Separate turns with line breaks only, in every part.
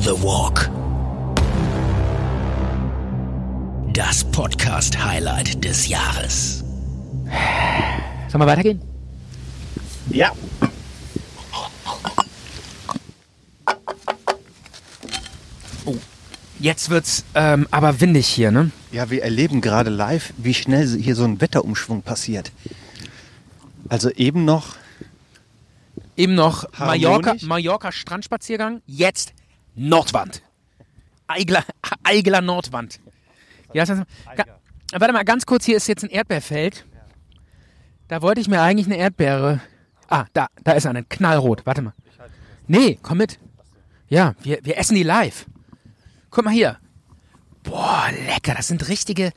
the Walk. Das Podcast-Highlight des Jahres.
Sollen wir weitergehen?
Ja.
Jetzt wird's ähm, aber windig hier, ne?
Ja, wir erleben gerade live, wie schnell hier so ein Wetterumschwung passiert. Also eben noch
Eben noch Mallorca,
Harmonisch.
Mallorca Strandspaziergang, jetzt Nordwand. Eigler, Eigler Nordwand. Ja, das heißt, ga, warte mal, ganz kurz, hier ist jetzt ein Erdbeerfeld. Da wollte ich mir eigentlich eine Erdbeere. Ah, da, da ist eine, knallrot. Warte mal. Nee, komm mit. Ja, wir, wir essen die live. Guck mal hier. Boah, lecker, das sind richtige,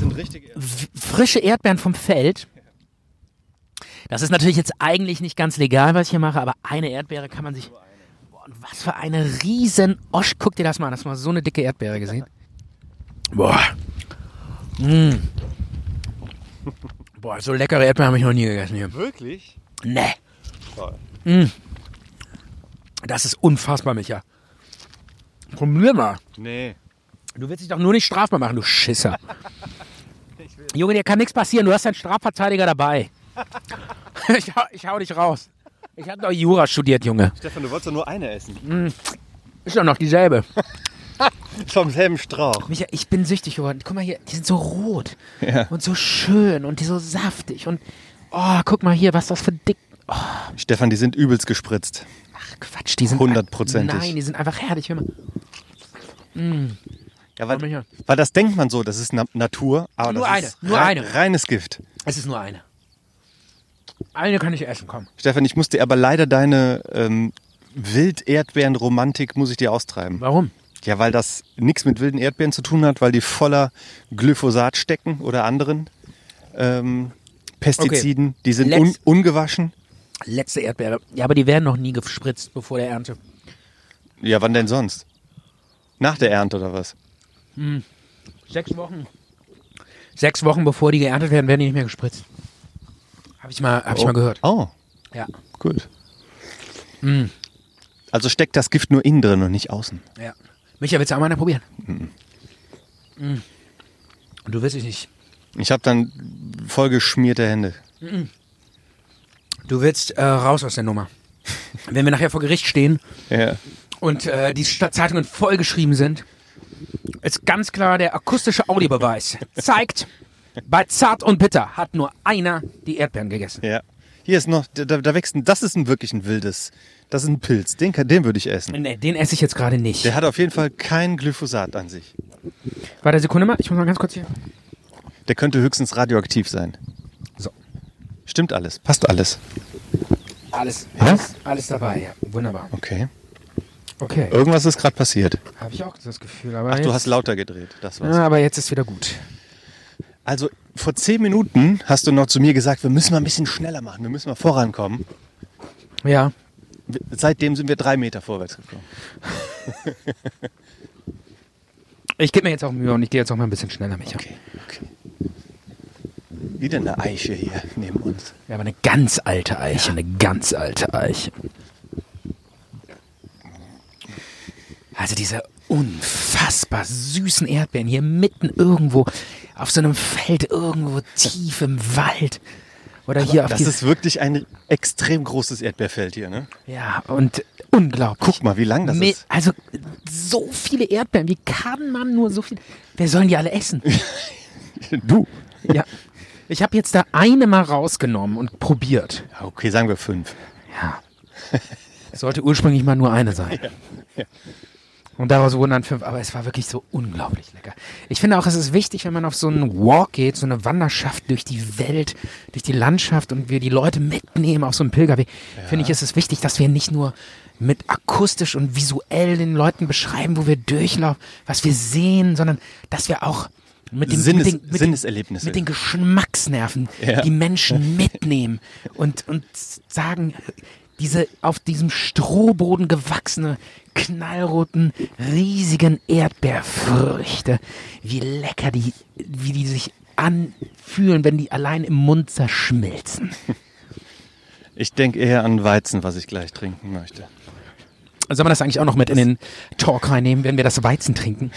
w- frische Erdbeeren vom Feld. Das ist natürlich jetzt eigentlich nicht ganz legal, was ich hier mache, aber eine Erdbeere kann man sich. Boah, und was für eine riesen Osch. Guck dir das mal an. Hast du mal so eine dicke Erdbeere gesehen? Boah. Mm. Boah, so leckere Erdbeeren habe ich noch nie gegessen hier.
Wirklich?
Nee.
Toll.
Mm. Das ist unfassbar, Micha. Probier mal.
Nee.
Du willst dich doch nur nicht strafbar machen, du Schisser. Junge, dir kann nichts passieren. Du hast einen Strafverteidiger dabei. ich, hau, ich hau dich raus. Ich habe doch Jura studiert, Junge.
Stefan, du wolltest doch nur eine essen.
Ist doch noch dieselbe.
Vom selben Strauch.
Micha, ich bin süchtig geworden. Guck mal hier, die sind so rot und so schön und die so saftig und oh, guck mal hier, was das für dick. Oh,
Stefan, die sind übelst gespritzt.
ach Quatsch, die sind
Hundertprozentig.
Nein, die sind einfach herrlich. Hör mal.
Ja, weil,
Komm her.
weil das denkt man so, das ist Na Natur, aber
Nur
das
eine,
ist
nur eine.
reines Gift.
Es ist nur eine. Eine kann ich essen, komm.
Stefan, ich musste aber leider deine ähm, Wild-Erdbeeren-Romantik muss ich dir austreiben.
Warum?
Ja, weil das nichts mit wilden Erdbeeren zu tun hat, weil die voller Glyphosat stecken oder anderen ähm, Pestiziden. Die sind
Letz-
un ungewaschen.
Letzte Erdbeere. Ja, aber die werden noch nie gespritzt, bevor der Ernte.
Ja, wann denn sonst? Nach der Ernte oder was?
Sechs Wochen. Sechs Wochen bevor die geerntet werden, werden die nicht mehr gespritzt. Habe ich mal, hab ich mal gehört.
Oh,
Ja.
gut. Also steckt das Gift nur innen drin und nicht außen.
ja. Micha, willst du auch mal eine probieren?
Mhm.
Mm. Und du willst dich nicht.
Ich habe dann vollgeschmierte Hände.
Du willst äh, raus aus der Nummer. Wenn wir nachher vor Gericht stehen
Ja.
und äh, die Sta- Zeitungen vollgeschrieben sind, ist ganz klar der akustische Audiobeweis. Zeigt, bei Zart und Bitter hat nur einer die Erdbeeren gegessen.
Ja. Hier ist noch, da, da wächst ein, das ist ein wirklich ein wildes, das ist ein Pilz, den, kann- den würde ich essen.
Nee, den esse ich jetzt gerade nicht.
Der hat auf jeden Fall kein Glyphosat an sich.
Warte, Sekunde mal, ich muss mal ganz kurz hier.
Der könnte höchstens radioaktiv sein.
So.
Stimmt alles, passt alles.
Alles,
Ja?
alles, alles dabei. Ja, wunderbar.
Okay.
Okay,
Irgendwas ist gerade passiert.
habe ich auch das Gefühl. Aber
Äh. Ach,
jetzt,
du hast lauter gedreht, das war's.
ja, aber jetzt ist wieder gut.
Also vor zehn Minuten hast du noch zu mir gesagt, wir müssen mal ein bisschen schneller machen, wir müssen mal vorankommen.
Ja.
Wir- Seitdem sind wir drei Meter vorwärts gekommen.
Ich gebe mir jetzt auch Mühe und ich gehe jetzt auch mal ein bisschen schneller, Micha.
Okay, okay. Wieder eine Eiche hier neben uns.
Wir haben eine ganz alte Eiche, eine ganz alte Eiche. Also diese unfassbar süßen Erdbeeren hier mitten irgendwo auf so einem Feld, irgendwo tief im Wald. Oder hier auf
Das
diesem-
ist wirklich ein extrem großes Erdbeerfeld hier, ne?
Ja, und unglaublich.
Guck mal, wie lang das
Me-
ist.
Also so viele Erdbeeren, wie kann man nur so viel? Wer sollen die alle essen?
Du.
ja. Ich habe jetzt da eine mal rausgenommen und probiert.
Okay, sagen wir fünf.
Ja. Es sollte ursprünglich mal nur eine sein. Und daraus wurden dann fünf, aber es war wirklich so unglaublich lecker. Ich finde auch, es ist wichtig, wenn man auf so einen Walk geht, so eine Wanderschaft durch die Welt, durch die Landschaft und wir die Leute mitnehmen auf so einen Pilgerweg, finde ich, ist es wichtig, dass wir nicht nur mit akustisch und visuell den Leuten beschreiben, wo wir durchlaufen, was wir sehen, sondern dass wir auch mit dem,
Sinnes-
mit den, mit den,
Sinneserlebnisse.
mit den Geschmacksnerven die Menschen mitnehmen und, und sagen, diese auf diesem Strohboden gewachsene, knallroten, riesigen Erdbeerfrüchte, wie lecker die, wie die sich anfühlen, wenn die allein im Mund zerschmilzen.
Ich denke eher an Weizen, was ich gleich trinken möchte.
Soll man das eigentlich auch noch mit in den Talk reinnehmen, wenn wir das Weizen trinken?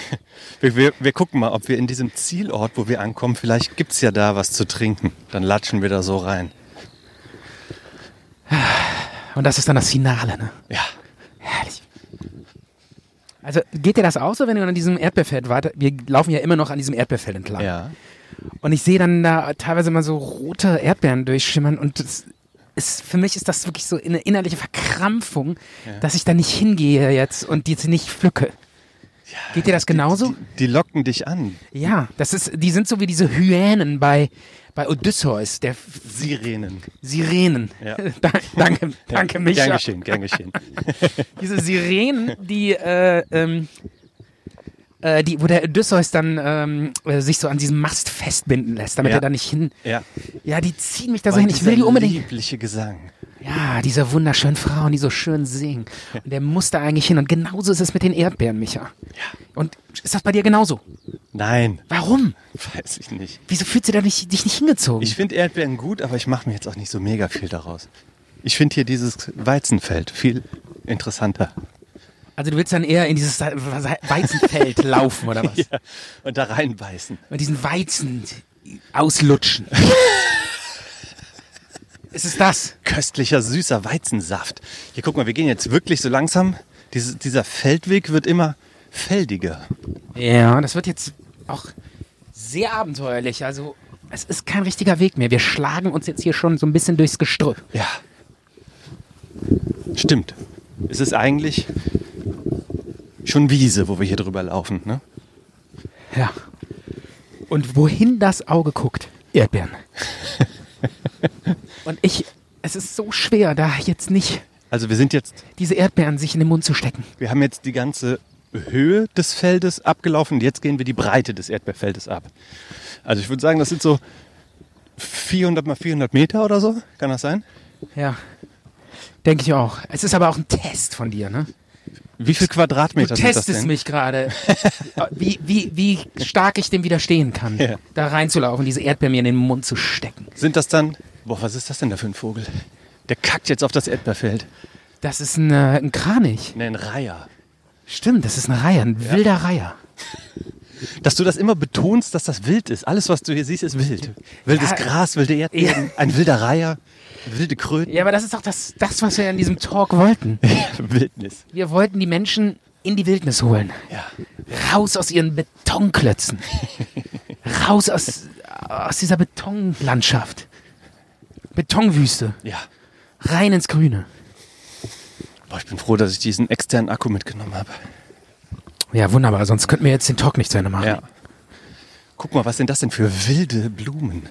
Wir, wir, wir gucken mal, ob wir in diesem Zielort, wo wir ankommen, vielleicht gibt es ja da was zu trinken. Dann latschen wir da so rein.
Und das ist dann das Finale, ne?
Ja.
Herrlich. Also geht dir das auch so, wenn du an diesem Erdbeerfeld weiter... Wir laufen ja immer noch an diesem Erdbeerfeld entlang.
Ja.
Und ich sehe dann da teilweise mal so rote Erdbeeren durchschimmern und das ist, für mich ist das wirklich so eine innerliche Verkrampfung, dass ich da nicht hingehe jetzt und die jetzt nicht pflücke. Geht dir das genauso?
Die locken dich an.
ja, das ist, die sind so wie diese Hyänen bei, bei Odysseus, der F-
Sirenen.
Sirenen.
Ja.
Da, danke, danke, Micha.
Gern geschehen, gern geschehen.
Diese Sirenen, die, äh, ähm, äh, die, wo der Odysseus dann ähm, äh, sich so an diesem Mast festbinden lässt, damit
Ja.
er da nicht hin.
Ja.
Ja, die ziehen mich da so
Und
hin. Ich will die
dieser
unbedingt.
Liebliche Gesang.
Ja, diese wunderschönen Frauen, die so schön singen. Und der muss da eigentlich hin. Und genauso ist es mit den Erdbeeren, Micha. Ja. Und ist das bei dir genauso?
Nein,
Warum?
weiß ich nicht.
Wieso fühlst du da nicht, dich nicht hingezogen?
Ich finde Erdbeeren gut, aber ich mache mir jetzt auch nicht so mega viel daraus. Ich finde hier dieses Weizenfeld viel interessanter.
also du willst dann eher in dieses Weizenfeld laufen oder was?
Und da reinbeißen.
Mit diesen Weizen auslutschen. ist es das?
Köstlicher, süßer Weizensaft. Hier, guck mal, wir gehen jetzt wirklich so langsam. Dieses, dieser Feldweg wird immer feldiger.
Ja, das wird jetzt auch sehr abenteuerlich. Also es ist kein richtiger Weg mehr. Wir schlagen uns jetzt hier schon so ein bisschen durchs Gestrüpp.
Ja. Stimmt. Es ist eigentlich schon Wiese, wo wir hier drüber laufen. Ne?
Ja. Und wohin das Auge guckt, Erdbeeren. Und ich, es ist so schwer, da jetzt nicht
Also wir sind jetzt,
diese Erdbeeren sich in den Mund zu stecken.
wir haben jetzt die ganze Höhe des Feldes abgelaufen und jetzt gehen wir die Breite des Erdbeerfeldes ab. Also ich würde sagen, das sind so 400 mal 400 Meter oder so. Kann das sein?
Ja. Denke ich auch. Es ist aber auch ein Test von dir, ne?
Wie viel
Du
Quadratmeter sind das
testest
denn?
mich gerade, wie, wie, wie stark ich dem widerstehen kann,
Ja.
da reinzulaufen, diese Erdbeeren mir in den Mund zu stecken.
Sind das dann, boah, was ist das denn da für ein Vogel? Der kackt jetzt auf das Erdbeerfeld.
Das ist ein, äh, ein Kranich.
Ne, ein Reiher.
Stimmt, das ist ein Reiher, ein wilder Reiher.
Dass du das immer betonst, dass das wild ist. Alles, was du hier siehst, ist wild. Wildes
Ja.
Gras, wilde Erdbeeren, ein wilder Reiher, wilde Kröten.
Ja, aber das ist doch das, das, was wir in diesem Talk wollten.
Wildnis.
Wir wollten die Menschen in die Wildnis holen.
Ja.
Raus aus ihren Betonklötzen. Raus aus, aus dieser Betonlandschaft. Betonwüste.
ja.
Rein ins Grüne.
Boah, ich bin froh, dass ich diesen externen Akku mitgenommen habe.
Ja, wunderbar. Sonst könnten wir jetzt den Talk nicht zu Ende machen.
Ja. Guck mal, was sind das denn für wilde Blumen?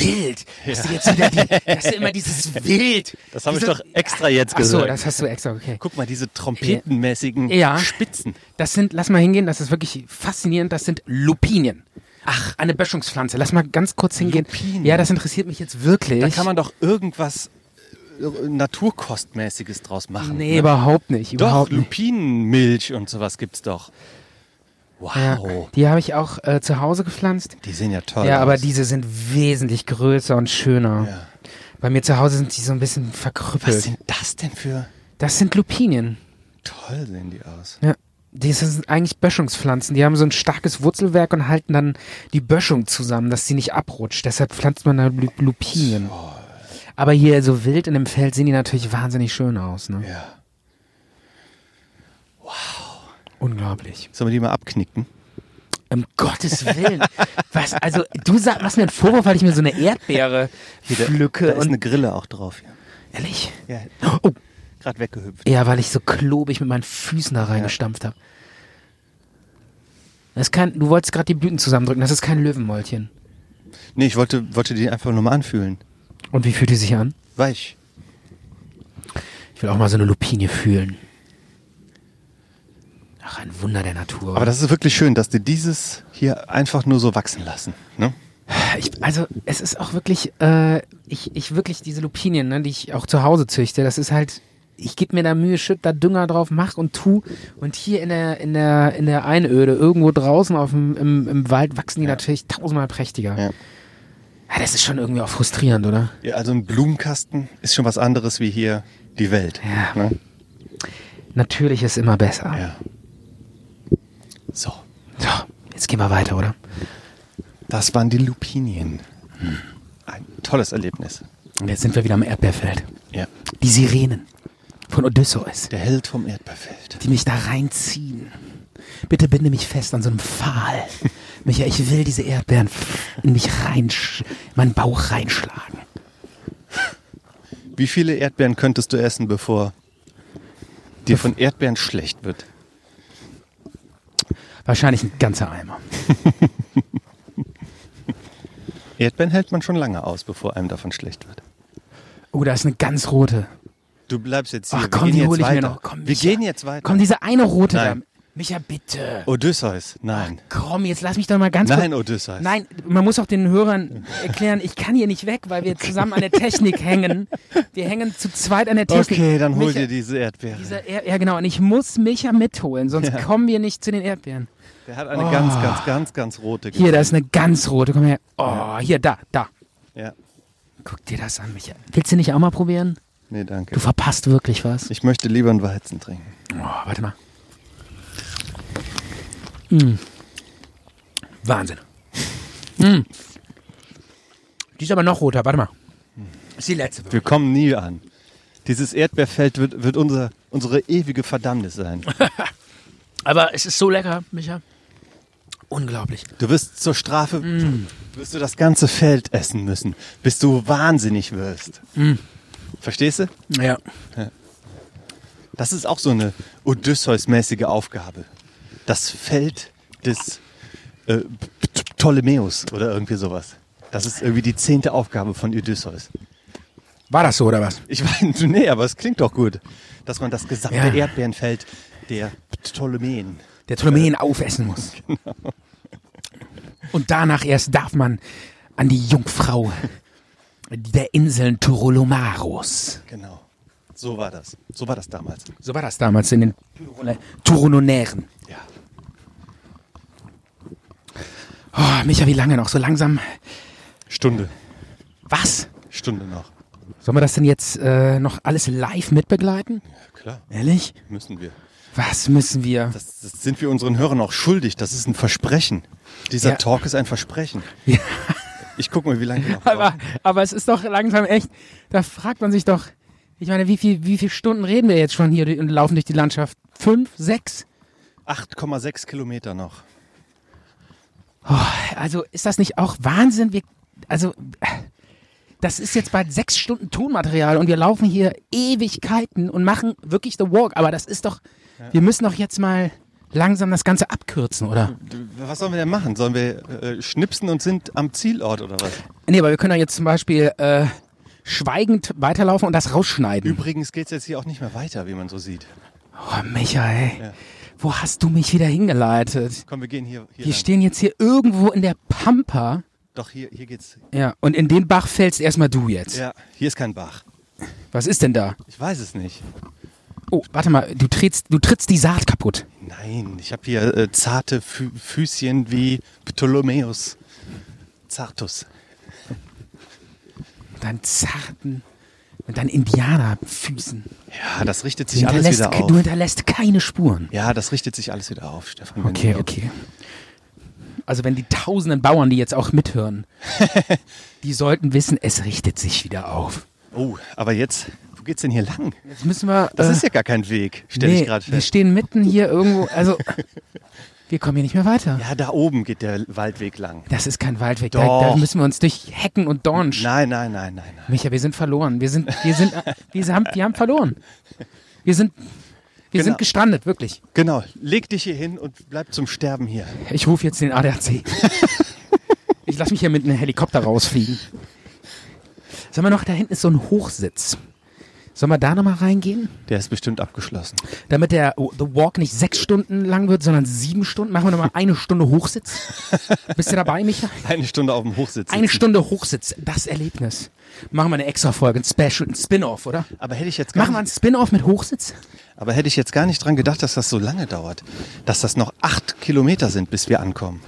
Wild. Hast du jetzt wieder die, hast du immer dieses Wild.
Das habe ich
Diese-
doch extra jetzt
Ach so,
gesagt.
das hast du extra, okay.
Guck mal, diese trompetenmäßigen
Ja.
Spitzen.
Das sind, lass mal hingehen, das ist wirklich faszinierend, das sind Lupinien. Ach, eine Böschungspflanze. Lass mal ganz kurz hingehen.
Lupinen.
Ja, das interessiert mich jetzt wirklich.
Da kann man doch irgendwas äh, Naturkostmäßiges draus machen. ne?
Nee, überhaupt nicht.
Doch,
Überhaupt nicht.
Lupinenmilch und sowas gibt's doch. Wow,
Ja, Äh, die habe ich auch äh, zu Hause gepflanzt.
die sehen ja toll
ja,
aus.
aber diese sind wesentlich größer und schöner.
Ja.
Bei mir zu Hause sind die so ein bisschen
Was
verkrüppelt.
sind das denn für...
das sind Lupinien.
Toll sehen die aus.
Ja. Die sind eigentlich Böschungspflanzen. Die haben so ein starkes Wurzelwerk und halten dann die Böschung zusammen, dass sie nicht abrutscht. Deshalb pflanzt man da Lu- Lupinien.
Oh.
Aber hier so wild in dem Feld sehen die natürlich wahnsinnig schön aus. Ne?
Ja.
Unglaublich.
Sollen wir die mal abknicken?
Um Gottes Willen. Was, also, du sag, machst mir einen Vorwurf, weil ich mir so eine Erdbeere
da,
pflücke.
da ist eine
Und,
Grille auch drauf. Ja.
ehrlich?
Ja.
Oh.
Gerade weggehüpft.
Ja, weil ich so klobig mit meinen Füßen da reingestampft habe. Das ist kein, du wolltest gerade die Blüten zusammendrücken, das ist kein Löwenmäulchen.
Nee, ich wollte, wollte die einfach nur mal anfühlen.
Und wie fühlt die sich an?
Weich.
Ich will auch mal so eine Lupinie fühlen. Ach, ein Wunder der Natur.
Aber das ist wirklich schön, dass die dieses hier einfach nur so wachsen lassen. Ne?
ich, also es ist auch wirklich, äh, ich, ich wirklich diese Lupinien, ne, die ich auch zu Hause züchte, das ist halt, ich gebe mir da Mühe, schütt da Dünger drauf, mach und tu. Und hier in der, in der, in der Einöde, irgendwo draußen auf dem, im, im Wald wachsen die natürlich tausendmal prächtiger.
Ja.
Ja, das ist schon irgendwie auch frustrierend, oder?
Ja, also ein Blumenkasten ist schon was anderes wie hier die Welt.
Ja.
Ne?
Natürlich ist immer besser.
Ja. So,
So, jetzt gehen wir weiter, oder?
das waren die Lupinien. Hm. Ein tolles Erlebnis.
Und jetzt sind wir wieder am Erdbeerfeld.
Ja.
Die Sirenen von Odysseus,
Der Held vom Erdbeerfeld.
die mich da reinziehen. Bitte binde mich fest an so einem Pfahl. Michael, ich will diese Erdbeeren in mich rein, meinen Bauch reinschlagen.
Wie viele Erdbeeren könntest du essen, bevor dir von Erdbeeren schlecht wird?
Wahrscheinlich ein ganzer Eimer.
Erdbeeren hält man schon lange aus, bevor einem davon schlecht wird.
Oh, da ist eine ganz rote.
Du bleibst jetzt hier.
Ach komm,
wir
die
gehen
hole
jetzt
ich mir
weiter.
noch. Komm,
wir
Micha.
gehen jetzt weiter.
Komm, diese eine rote
Nein.
da. Micha, bitte.
Odysseus, nein.
Komm, jetzt lass mich doch mal ganz
Nein,
kurz.
Odysseus.
Nein, man muss auch den Hörern erklären, ich kann hier nicht weg, weil wir zusammen an der Technik hängen. Wir hängen zu zweit an der Technik.
Okay, dann hol dir
Micha-
diese Erdbeere.
Dieser Erd ja, genau. Und ich muss Micha mitholen, sonst kommen wir nicht zu den Erdbeeren.
Der hat eine ganz, ganz, ganz, ganz rote.
Oh. Hier, da ist eine ganz rote. Komm her. Oh, hier, da, da.
Ja.
Guck dir das an, Micha. Willst du nicht auch mal probieren?
Nee, danke.
Du verpasst wirklich was.
Ich möchte lieber einen Weizen trinken.
Oh, warte mal. Mm. Wahnsinn. mm. Die ist aber noch roter, warte mal. Ist die letzte.
Wir kommen nie an. Dieses Erdbeerfeld wird, wird unser, unsere ewige Verdammnis sein.
Aber es ist so lecker, Micha. Unglaublich.
Du wirst zur Strafe, wirst du das ganze Feld essen müssen, bis du wahnsinnig wirst. Verstehst du?
Ja.
Das ist auch so eine Odysseus-mäßige Aufgabe. Das Feld des äh, P- Ptolemäus oder irgendwie sowas. Das ist irgendwie die zehnte Aufgabe von Odysseus.
War das so oder was?
Ich weiß, nee, aber es klingt doch gut, dass man das gesamte
Ja.
Erdbeerenfeld der Ptolemäen.
Der Ptolemäen aufessen muss. Und danach erst darf man an die Jungfrau der Inseln Turolomaros.
Genau. So war das. So war das damals.
So war das damals in den Turone- Turononären.
Ja.
Oh, Micha, wie lange noch? So langsam.
Stunde.
Was?
Stunde noch.
Sollen wir das denn jetzt äh, noch alles live mitbegleiten?
Ja, klar.
Ehrlich?
Müssen wir.
Was müssen wir?
Das, das sind wir unseren Hörern auch schuldig. Das ist ein Versprechen. Dieser
Ja.
Talk ist ein Versprechen.
Ja.
Ich guck mal, wie lange wir noch
Aber,
brauchen.
aber es ist doch langsam echt, da fragt man sich doch, ich meine, wie viel, wie viele Stunden reden wir jetzt schon hier und laufen durch die Landschaft? Fünf, sechs?
8,6 Kilometer noch.
Also ist das nicht auch Wahnsinn? Wir, also das ist jetzt bald sechs Stunden Tonmaterial und wir laufen hier Ewigkeiten und machen wirklich the walk. Aber das ist doch, wir müssen doch jetzt mal langsam das Ganze abkürzen, oder?
D- Was sollen wir denn machen? Sollen wir äh, schnipsen und sind am Zielort oder was?
Nee, aber wir können ja jetzt zum Beispiel äh, schweigend weiterlaufen und das rausschneiden.
Übrigens geht es jetzt hier auch nicht mehr weiter, wie man so sieht.
Oh, Michael, wo hast du mich wieder hingeleitet?
Komm, wir gehen hier, hier
Wir
lang.
stehen jetzt hier irgendwo in der Pampa.
Doch, hier, hier geht's.
Ja, und in den Bach fällst erstmal du jetzt.
Ja, hier ist kein Bach.
Was ist denn da?
Ich weiß es nicht.
Oh, warte mal, du trittst, du trittst die Saat kaputt.
Nein, ich habe hier äh, zarte Fü Füßchen wie Ptolemäus. Zartus.
Mit deinen zarten, mit deinen Indianerfüßen.
Ja, das richtet
Du
sich alles
hinterlässt,
wieder
ke- du
auf.
hinterlässt keine Spuren.
Ja, das richtet sich alles wieder auf, Stefan. wenn
Okay,
du-
okay. Also wenn die tausenden Bauern, die jetzt auch mithören, die sollten wissen, es richtet sich wieder auf.
Oh, aber jetzt, wo geht's denn hier lang?
Jetzt müssen wir.
Das
äh,
ist ja gar kein Weg, stelle
nee,
ich gerade
Wir
fest.
stehen mitten hier irgendwo. Also wir kommen hier nicht mehr weiter.
Ja, da oben geht der Waldweg lang.
Das ist kein Waldweg. Da, da
Doch.
müssen wir uns durch Hecken und Dornen. sch-
Nein, nein, nein, nein, nein.
Micha, wir sind verloren. Wir sind, wir sind, wir haben, wir haben verloren. Wir sind, wir
Genau.
sind gestrandet, wirklich.
Genau, leg dich hier hin und bleib zum Sterben hier.
Ich rufe jetzt den ADAC. ich lasse mich hier mit einem Helikopter rausfliegen. Sollen wir noch, da hinten ist so ein Hochsitz. Sollen wir da nochmal reingehen?
Der ist bestimmt abgeschlossen.
Damit der oh, The Walk nicht sechs Stunden lang wird, sondern sieben Stunden. Machen wir nochmal eine Stunde Hochsitz. Bist du dabei, Micha?
Eine Stunde auf dem Hochsitz.
Eine
sitzen.
Stunde Hochsitz, das Erlebnis. Machen wir eine extra Folge, ein Special, ein Spin-off, oder?
Aber hätte ich jetzt gar
Machen wir
nicht,
einen Spin-off mit Hochsitz?
aber hätte ich jetzt gar nicht dran gedacht, dass das so lange dauert, dass das noch acht Kilometer sind, bis wir ankommen.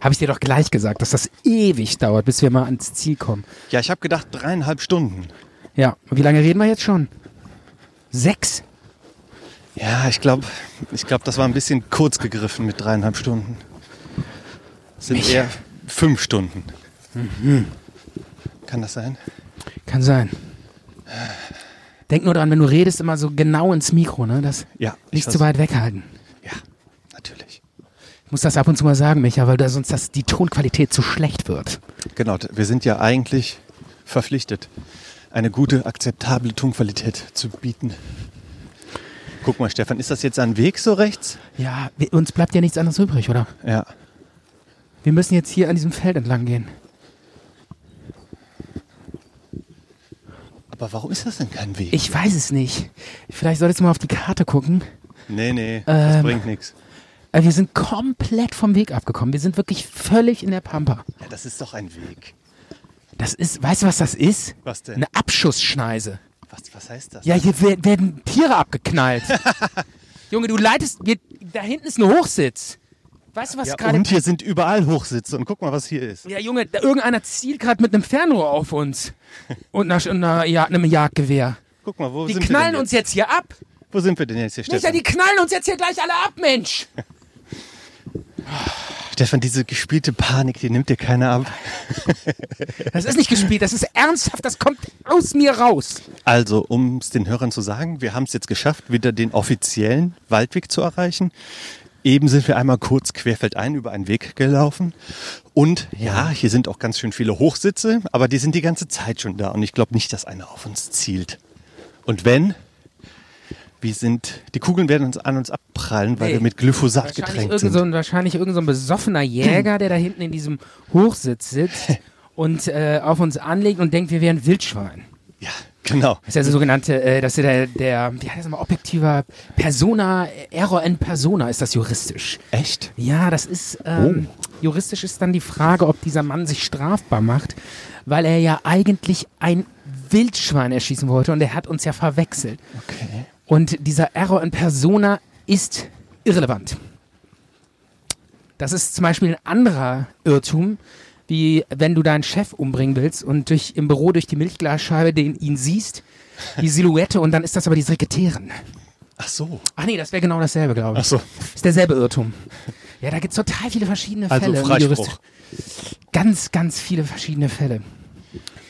Habe ich dir doch gleich gesagt, dass das ewig dauert, bis wir mal ans Ziel kommen.
Ja, ich habe gedacht dreieinhalb Stunden.
Ja, wie lange reden wir jetzt schon? Sechs?
Ja, ich glaube, ich glaub, das war ein bisschen kurz gegriffen mit dreieinhalb Stunden. Das sind
Mich-
eher fünf Stunden. Kann das sein?
Kann sein. Denk nur dran, wenn du redest, immer so genau ins Mikro, ne? Das
Ja. ich
nicht zu
versuch-
weit weghalten.
Ja, natürlich.
Ich muss das ab und zu mal sagen, Micha, weil da sonst das, die Tonqualität zu schlecht wird.
Genau, d- wir sind ja eigentlich verpflichtet, eine gute, akzeptable Tonqualität zu bieten. Guck mal, Stefan, ist das jetzt ein Weg so rechts?
Ja, wir, uns bleibt ja nichts anderes übrig, oder?
Ja.
Wir müssen jetzt hier an diesem Feld entlang gehen.
Aber warum ist das denn kein Weg?
Ich weiß es nicht. Vielleicht solltest du mal auf die Karte gucken.
nee, nee, das
Ähm.
bringt nichts.
Äh, Wir sind komplett vom Weg abgekommen. Wir sind wirklich völlig in der Pampa.
Ja, das ist doch ein Weg.
Das ist, weißt du, was das ist?
Was denn?
Eine Abschussschneise.
Was, was heißt das?
Ja, hier wer- werden Tiere abgeknallt. Junge, du leitest. Wir, da hinten ist ein Hochsitz. Weißt du, was
Ja,
gerade.
und hier sind überall Hochsitze und guck mal, was hier ist.
Ja, Junge, da, irgendeiner zielt gerade mit einem Fernrohr auf uns. Und nach, und nach ja, einem Jagdgewehr.
Guck mal, wo
Die
sind
knallen
wir denn
uns jetzt hier ab.
jetzt? Wo sind wir denn jetzt hier, Stefan?
Micha, die knallen uns jetzt hier gleich alle ab, Mensch.
Stefan, diese gespielte Panik, die nimmt dir keiner ab.
Das ist nicht gespielt, das ist ernsthaft, das kommt aus mir raus.
Also, um es den Hörern zu sagen, wir haben es jetzt geschafft, wieder den offiziellen Waldweg zu erreichen. Eben sind wir einmal kurz querfeldein über einen Weg gelaufen. Und ja, hier sind auch ganz schön viele Hochsitze, aber die sind die ganze Zeit schon da. Und ich glaube nicht, dass einer auf uns zielt. Und wenn, wir sind, die Kugeln werden uns an uns abprallen, weil
Nee.
wir mit Glyphosat
Wahrscheinlich
getränkt
irgend,
sind.
so ein, wahrscheinlich irgend so ein besoffener Jäger, der da hinten in diesem Hochsitz sitzt und äh, auf uns anlegt und denkt, wir wären Wildschwein.
ja, genau.
Das ist ja so sogenannte, äh, das ist ja der, der, wie heißt das mal, objektiver Persona, äh, Error in Persona ist das juristisch.
Echt?
Ja, das ist, ähm, juristisch ist dann die Frage, ob dieser Mann sich strafbar macht, weil er ja eigentlich ein Wildschwein erschießen wollte und er hat uns ja verwechselt.
Okay.
Und dieser Error in Persona ist irrelevant. Das ist zum Beispiel ein anderer Irrtum, wie wenn du deinen Chef umbringen willst und durch, im Büro durch die Milchglasscheibe den, ihn siehst, die Silhouette, und dann ist das aber die Sekretärin.
Ach so.
Ach nee, das wäre genau dasselbe, glaube
Ach
ich.
so.
Ist derselbe Irrtum. Ja, da gibt es total viele verschiedene
Also
Fälle.
Freispruch.
Ganz, ganz viele verschiedene Fälle.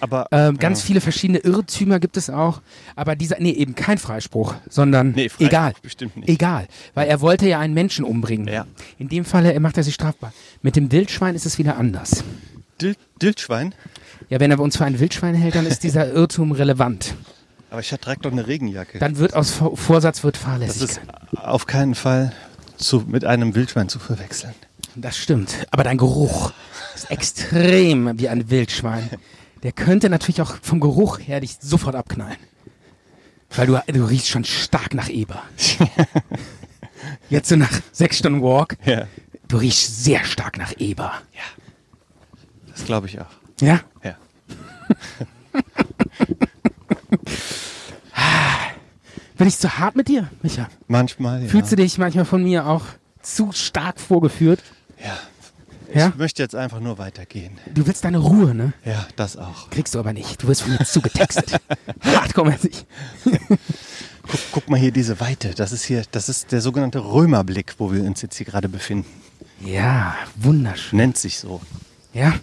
Aber
Ähm, ganz viele verschiedene Irrtümer gibt es auch, aber dieser, nee, eben kein Freispruch, sondern
Nee, Freispruch
egal.
bestimmt nicht.
Egal, weil er wollte ja einen Menschen umbringen.
Ja.
In dem Falle macht er sich strafbar. Mit dem Wildschwein ist es wieder anders.
Dill Dildschwein?
Ja, wenn er uns für ein Wildschwein hält, dann ist dieser Irrtum relevant.
Aber ich trage doch eine Regenjacke.
Dann wird aus Vor- Vorsatz wird
Das
Fahrlässigkeit.
ist auf keinen Fall zu, mit einem Wildschwein zu verwechseln.
Das stimmt. Aber dein Geruch ist extrem wie ein Wildschwein. Der könnte natürlich auch vom Geruch her dich sofort abknallen. Weil du, du riechst schon stark nach Eber. Jetzt so nach sechs Stunden Walk,
Ja,
du riechst sehr stark nach Eber.
das glaube ich auch.
Ja?
Ja.
Bin ich zu hart mit dir, Micha?
Manchmal. Ja.
Fühlst du dich manchmal von mir auch zu stark vorgeführt?
ja.
Ja?
Ich möchte jetzt einfach nur weitergehen.
Du willst deine Ruhe, ne?
Ja, das auch.
Kriegst du aber nicht. Du wirst von mir zugetextet. Hardcore-mäßig.
Guck, guck mal hier diese Weite. Das ist hier, das ist der sogenannte Römerblick, wo wir uns jetzt hier gerade befinden.
Ja, wunderschön.
Nennt sich so,
Ja?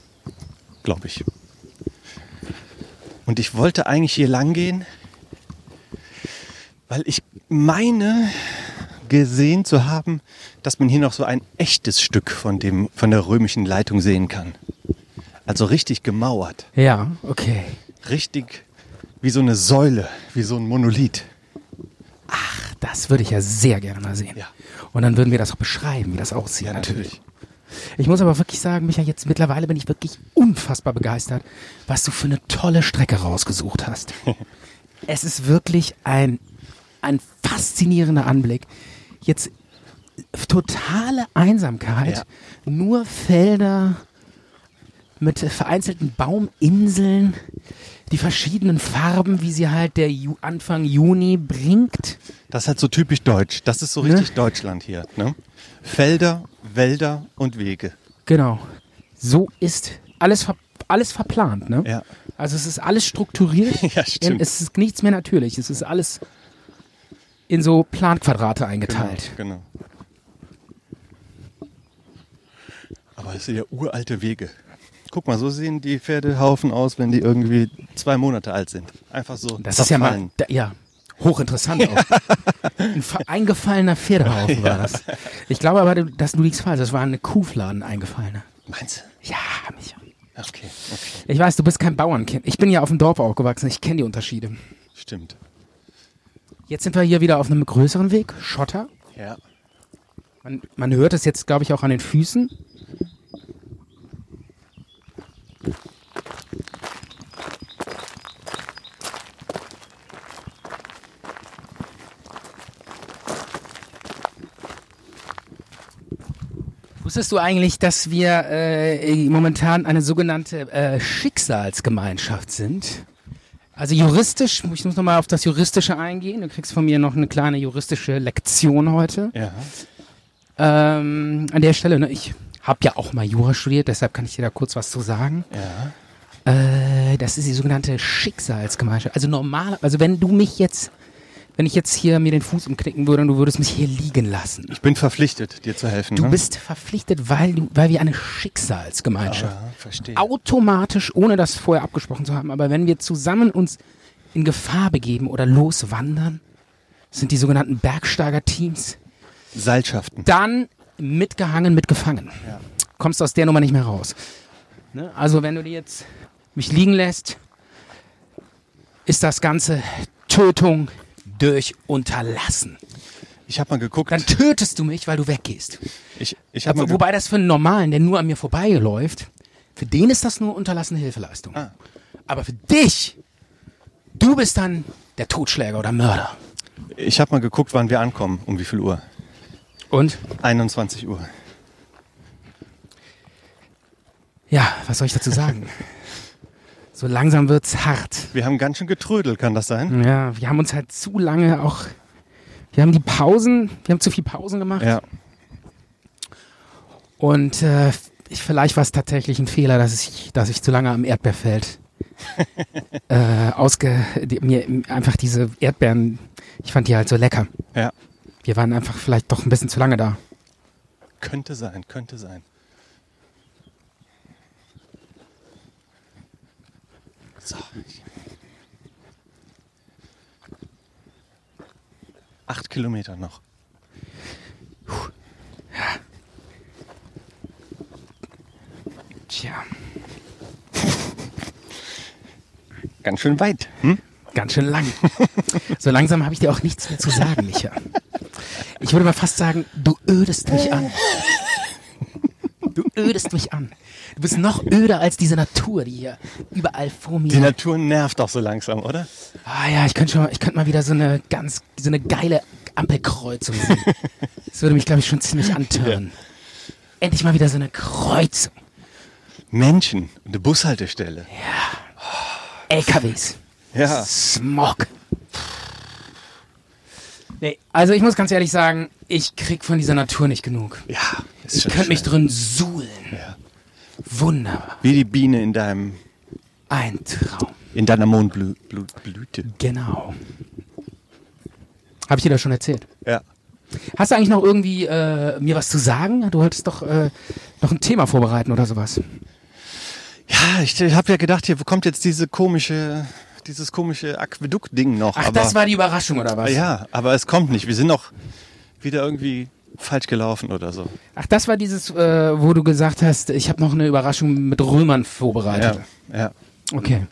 glaube ich. Und ich wollte eigentlich hier lang gehen, weil ich meine gesehen zu haben, dass man hier noch so ein echtes Stück von, dem, von der römischen Leitung sehen kann. Also richtig gemauert,
Ja, okay.
richtig wie so eine Säule, wie so ein Monolith.
Das würde ich ja sehr gerne mal sehen.
Ja.
Und dann würden wir das auch beschreiben, wie das aussieht. Ich muss aber wirklich sagen, Micha, jetzt mittlerweile bin ich wirklich unfassbar begeistert, was du für eine tolle Strecke rausgesucht hast. es ist wirklich ein, ein faszinierender Anblick. Jetzt totale Einsamkeit,
Ja.
nur Felder mit vereinzelten Bauminseln, die verschiedenen Farben, wie sie halt der Ju Anfang Juni bringt.
Das ist halt so typisch deutsch. Das ist so richtig Deutschland hier. Ne? Felder, Wälder und Wege.
Genau. So ist alles, ver alles verplant, ne?
Ja.
Also es ist alles strukturiert.
Ja, stimmt.
Es ist nichts mehr natürlich. Es ist alles in so Planquadrate eingeteilt.
Genau. genau. Aber das sind ja uralte Wege. Guck mal, so sehen die Pferdehaufen aus, wenn die irgendwie zwei Monate alt sind. Einfach so.
Das ist ja mal
zerfallen.
da, ja, hochinteressant auch. Ein ver- eingefallener Pferdehaufen war das. Ich glaube aber, dass du liegst falsch. Das war eine Kuhfladen eingefallene.
Meinst du?
Ja, Micha.
Okay, okay.
Ich weiß, du bist kein Bauernkind. Ich bin ja auf dem Dorf aufgewachsen. Ich kenne die Unterschiede.
Stimmt.
Jetzt sind wir hier wieder auf einem größeren Weg. Schotter.
Ja.
Man, man hört es jetzt, glaube ich, auch an den Füßen. Wusstest du eigentlich, dass wir äh, momentan eine sogenannte äh, Schicksalsgemeinschaft sind? Also juristisch, ich muss nochmal auf das Juristische eingehen. Du kriegst von mir noch eine kleine juristische Lektion heute.
Ja.
Ähm, an der Stelle, ne, ich habe ja auch mal Jura studiert, deshalb kann ich dir da kurz was zu sagen.
Ja.
Äh, das ist die sogenannte Schicksalsgemeinschaft. Also normal, also wenn du mich jetzt, wenn ich jetzt hier mir den Fuß umknicken würde und du würdest mich hier liegen lassen.
Ich bin verpflichtet, dir zu helfen.
Du
ne?
bist verpflichtet, weil, du, weil wir eine Schicksalsgemeinschaft.
Ja, verstehe.
Automatisch, ohne das vorher abgesprochen zu haben, aber wenn wir zusammen uns in Gefahr begeben oder loswandern, sind die sogenannten Bergsteiger-Teams
Seilschaften.
dann mitgehangen, mitgefangen. Kommst aus der Nummer nicht mehr raus. Ne? Also wenn du die jetzt mich liegen lässt, ist das Ganze Tötung durch Unterlassen.
Ich habe mal geguckt.
Dann tötest du mich, weil du weggehst.
Ich, ich habe mal
Wo-
ge-
Wobei das für einen Normalen, der nur an mir vorbeiläuft, für den ist das nur unterlassene Hilfeleistung.
Ah.
Aber für dich, du bist dann der Totschläger oder Mörder.
ich hab mal geguckt, wann wir ankommen. Um wie viel Uhr?
Und?
21 Uhr.
Ja, was soll ich dazu sagen? so langsam wird's hart.
Wir haben ganz schön getrödelt, kann das sein?
Ja, wir haben uns halt zu lange auch. Wir haben die Pausen, wir haben zu viel Pausen gemacht.
Ja.
Und äh, ich, vielleicht war es tatsächlich ein Fehler, dass ich, dass ich zu lange am Erdbeerfeld äh, ausge. Die, mir einfach diese Erdbeeren, ich fand die halt so lecker.
Ja.
Wir waren einfach vielleicht doch ein bisschen zu lange da.
Könnte sein, könnte sein. So. 8 Kilometer noch.
Tja,
Ganz schön weit. Hm?
ganz schön lang. so langsam habe ich dir auch nichts mehr zu sagen, Micha. Ich würde mal fast sagen, du ödest mich an. Du ödest mich an. Du bist noch öder als diese Natur, die hier überall vor mir.
Die Natur nervt auch so langsam, oder?
Ah ja, ich könnte schon, ich könnte mal wieder so eine ganz, so eine geile Ampelkreuzung sehen. Das würde mich, glaube ich, schon ziemlich antören. Endlich mal wieder so eine Kreuzung.
Menschen und eine Bushaltestelle.
LKWs.
Ja.
Smog. Nee, also ich muss ganz ehrlich sagen, ich krieg von dieser Natur nicht genug.
Ja. Ist
Ich
schon
könnte mich
schön.
drin suhlen.
Ja.
Wunderbar.
Wie die Biene in deinem
Ein Traum.
in deiner Mondblüte.
Genau. Habe ich dir das schon erzählt?
Ja.
Hast du eigentlich noch irgendwie äh, mir was zu sagen? Du wolltest doch äh, noch ein Thema vorbereiten oder sowas.
Ja, ich habe ja gedacht, hier kommt jetzt diese komische, dieses komische Aquädukt-Ding noch.
Ach,
aber,
das war die Überraschung oder was?
Ah Ja, aber es kommt nicht. Wir sind noch wieder irgendwie falsch gelaufen oder so.
Ach, das war dieses, äh, wo du gesagt hast, ich habe noch eine Überraschung mit Römern vorbereitet.
Ja, ja.
Okay.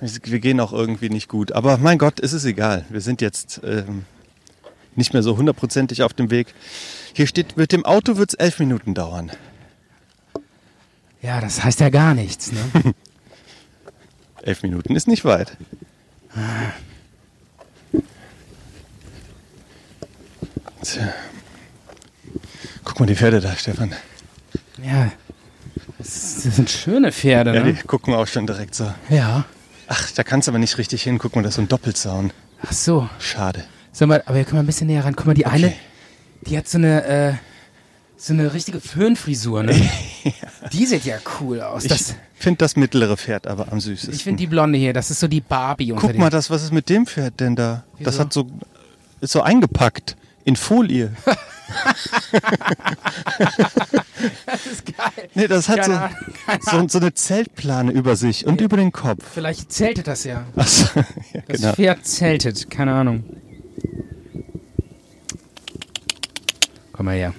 Wir gehen auch irgendwie nicht gut. Aber mein Gott, es ist egal. Wir sind jetzt ähm, nicht mehr so hundertprozentig auf dem Weg. Hier steht, mit dem Auto wird's elf Minuten dauern.
Ja, das heißt ja gar nichts. Ne?
Elf Minuten ist nicht weit. Tja. Guck mal die Pferde da, Stefan.
Ja. Das, das sind schöne Pferde,
Ja, die
ne?
gucken auch schon direkt so.
Ja.
Ach, da kannst du aber nicht richtig hingucken, das ist so ein Doppelzaun.
Ach so.
Schade.
Sag mal, aber wir können mal ein bisschen näher ran. Guck mal, die eine,
Okay.
die hat so eine, äh, so eine richtige Föhnfrisur, ne? Die sieht ja cool aus.
Ich
Das,
finde das mittlere Pferd aber am süßesten.
ich finde die Blonde hier, das ist so die Barbie unter
Guck
den-
mal, das, was ist mit dem Pferd denn da? Das
Wieso?
hat so. Ist so eingepackt in Folie.
Das ist geil.
Nee, das hat
Keine
so, so, so eine Zeltplane über sich und über den Kopf.
Vielleicht zeltet das ja.
Ach so, ja,
Das
genau.
Pferd zeltet, keine Ahnung. Komm mal her.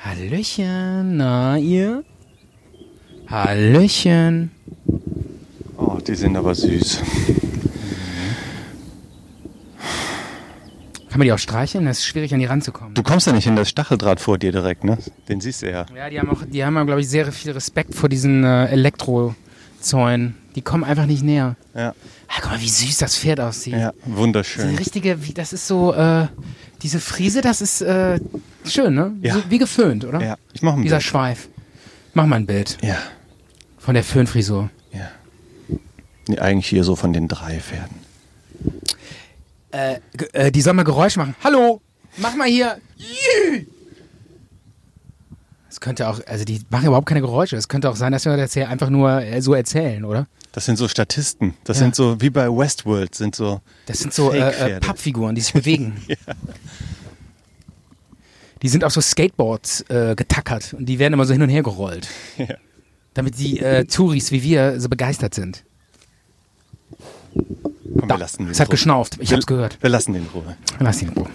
Hallöchen, na ihr? Hallöchen.
Oh, die sind aber süß.
Kann man die auch streicheln? Das ist schwierig, an die ranzukommen.
Du kommst ja nicht hin, das Stacheldraht vor dir direkt, ne? Den siehst du ja.
Ja, die haben auch, die haben, glaube ich, sehr viel Respekt vor diesen äh, Elektrozäunen. Die kommen einfach nicht näher.
Ja,
Ah, guck mal, wie süß das Pferd aussieht.
ja
Die
wunderschön.
richtige, wie, das ist so, äh, diese Friese, das ist äh, schön, ne?
Ja.
So, wie geföhnt, oder?
Ja, ich mache ein
Dieser
Bild.
Schweif. Mach mal ein Bild
Ja,
von der Föhnfrisur.
ja. Nee, eigentlich hier so von den drei Pferden.
Äh, ge- äh, die soll mal Geräusch machen. Hallo, mach mal hier. Jü! Das könnte auch, also die machen überhaupt keine Geräusche. Es könnte auch sein, dass wir das hier einfach nur äh, so erzählen, oder?
Das sind so Statisten. Das
Ja.
sind so wie bei Westworld, sind so.
Das sind so äh, äh,
Fake-Pferde.
Pappfiguren, die sich bewegen. Die sind auf so Skateboards äh, getackert und die werden immer so hin und her gerollt.
Ja.
Damit die äh, Touris wie wir so begeistert sind.
Komm,
Da,
wir lassen den
es hat
in Ruhe.
geschnauft. Ich
Wir-
hab's gehört.
Wir lassen den in Ruhe.
Lass ihn in Ruhe.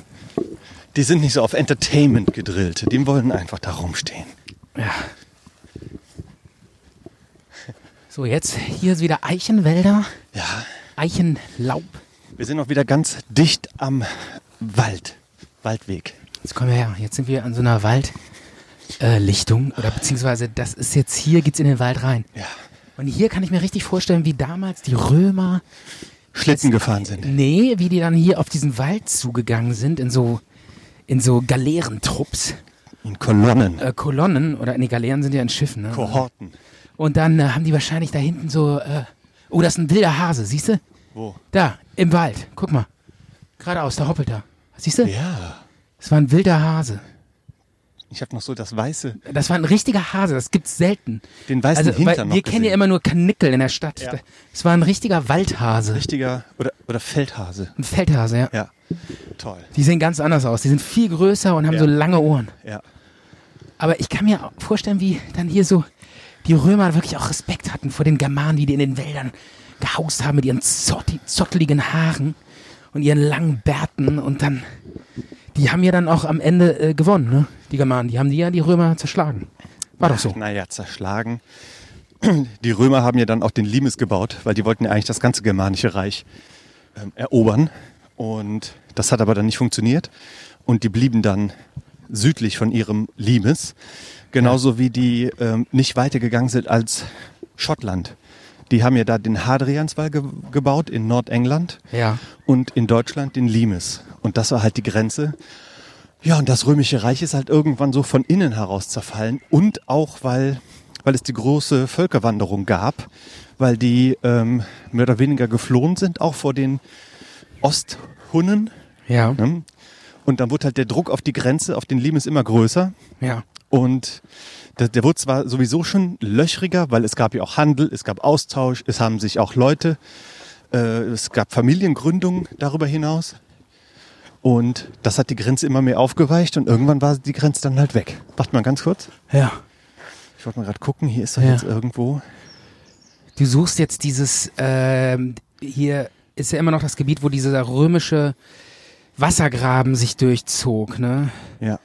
Die sind nicht so auf Entertainment gedrillt. Die wollen einfach da rumstehen.
Ja. So, jetzt hier ist wieder Eichenwälder,
Ja,
Eichenlaub.
wir sind auch wieder ganz dicht am Wald. Waldweg.
Jetzt kommen wir her. Jetzt sind wir an so einer Wald. Äh, Lichtung oder beziehungsweise das ist jetzt hier geht's in den Wald rein
Ja.
und hier kann ich mir richtig vorstellen wie damals die Römer
Schlitten gefahren sind.
nee wie die dann hier auf diesen Wald zugegangen sind in so in so Galeerentrupps
In Kolonnen.
äh, Kolonnen oder nee Galeeren sind ja in Schiffen ne?
Kohorten.
und dann äh, haben die wahrscheinlich da hinten so äh, oh das ist ein wilder Hase siehst du
Wo?
Da, im Wald. Guck mal. Geradeaus, da hoppelt er. Siehst du?
Ja.
Das war ein wilder Hase.
Ich habe noch so das weiße,
Das war ein richtiger Hase, das gibt's selten.
den weißen
Also, weil
Hintern noch
wir kennen ja
gesehen.
immer nur Kanickel in der Stadt.
Ja.
Das war ein richtiger Waldhase.
Richtiger oder, oder Feldhase.
Ein Feldhase, ja.
Ja. Toll.
Die sehen ganz anders aus. Die sind viel größer und haben
Ja.
so lange Ohren.
Ja.
Aber ich kann mir auch vorstellen, wie dann hier so die Römer wirklich auch Respekt hatten vor den Germanen, die die in den Wäldern gehaust haben mit ihren zotti- zotteligen Haaren und ihren langen Bärten und dann, die haben ja dann auch am Ende äh, gewonnen, ne? Die Germanen, die haben die ja die Römer zerschlagen. War doch so.
Naja, zerschlagen. Die Römer haben ja dann auch den Limes gebaut, weil die wollten ja eigentlich das ganze Germanische Reich ähm, erobern. Und das hat aber dann nicht funktioniert. Und die blieben dann südlich von ihrem Limes. Genauso wie die ähm, nicht weitergegangen sind als Schottland. Die haben ja da den Hadrianswall ge gebaut in Nordengland
Ja.
und in Deutschland den Limes. Und das war halt die Grenze. Ja, und das Römische Reich ist halt irgendwann so von innen heraus zerfallen. Und auch, weil, weil es die große Völkerwanderung gab, weil die ähm, mehr oder weniger geflohen sind, auch vor den Osthunnen.
Ja.
Ne? Und dann wurde halt der Druck auf die Grenze, auf den Limes immer größer.
Ja.
Und der, der wurde zwar sowieso schon löchriger, weil es gab ja auch Handel, es gab Austausch, es haben sich auch Leute, äh, es gab Familiengründungen darüber hinaus. Und das hat die Grenze immer mehr aufgeweicht und irgendwann war die Grenze dann halt weg. Warte mal ganz kurz.
Ja.
Ich wollte mal gerade gucken, hier ist doch
Ja.
jetzt irgendwo.
Du suchst jetzt dieses, ähm, hier ist ja immer noch das Gebiet, wo dieser römische Wassergraben sich durchzog, ne?
Ja.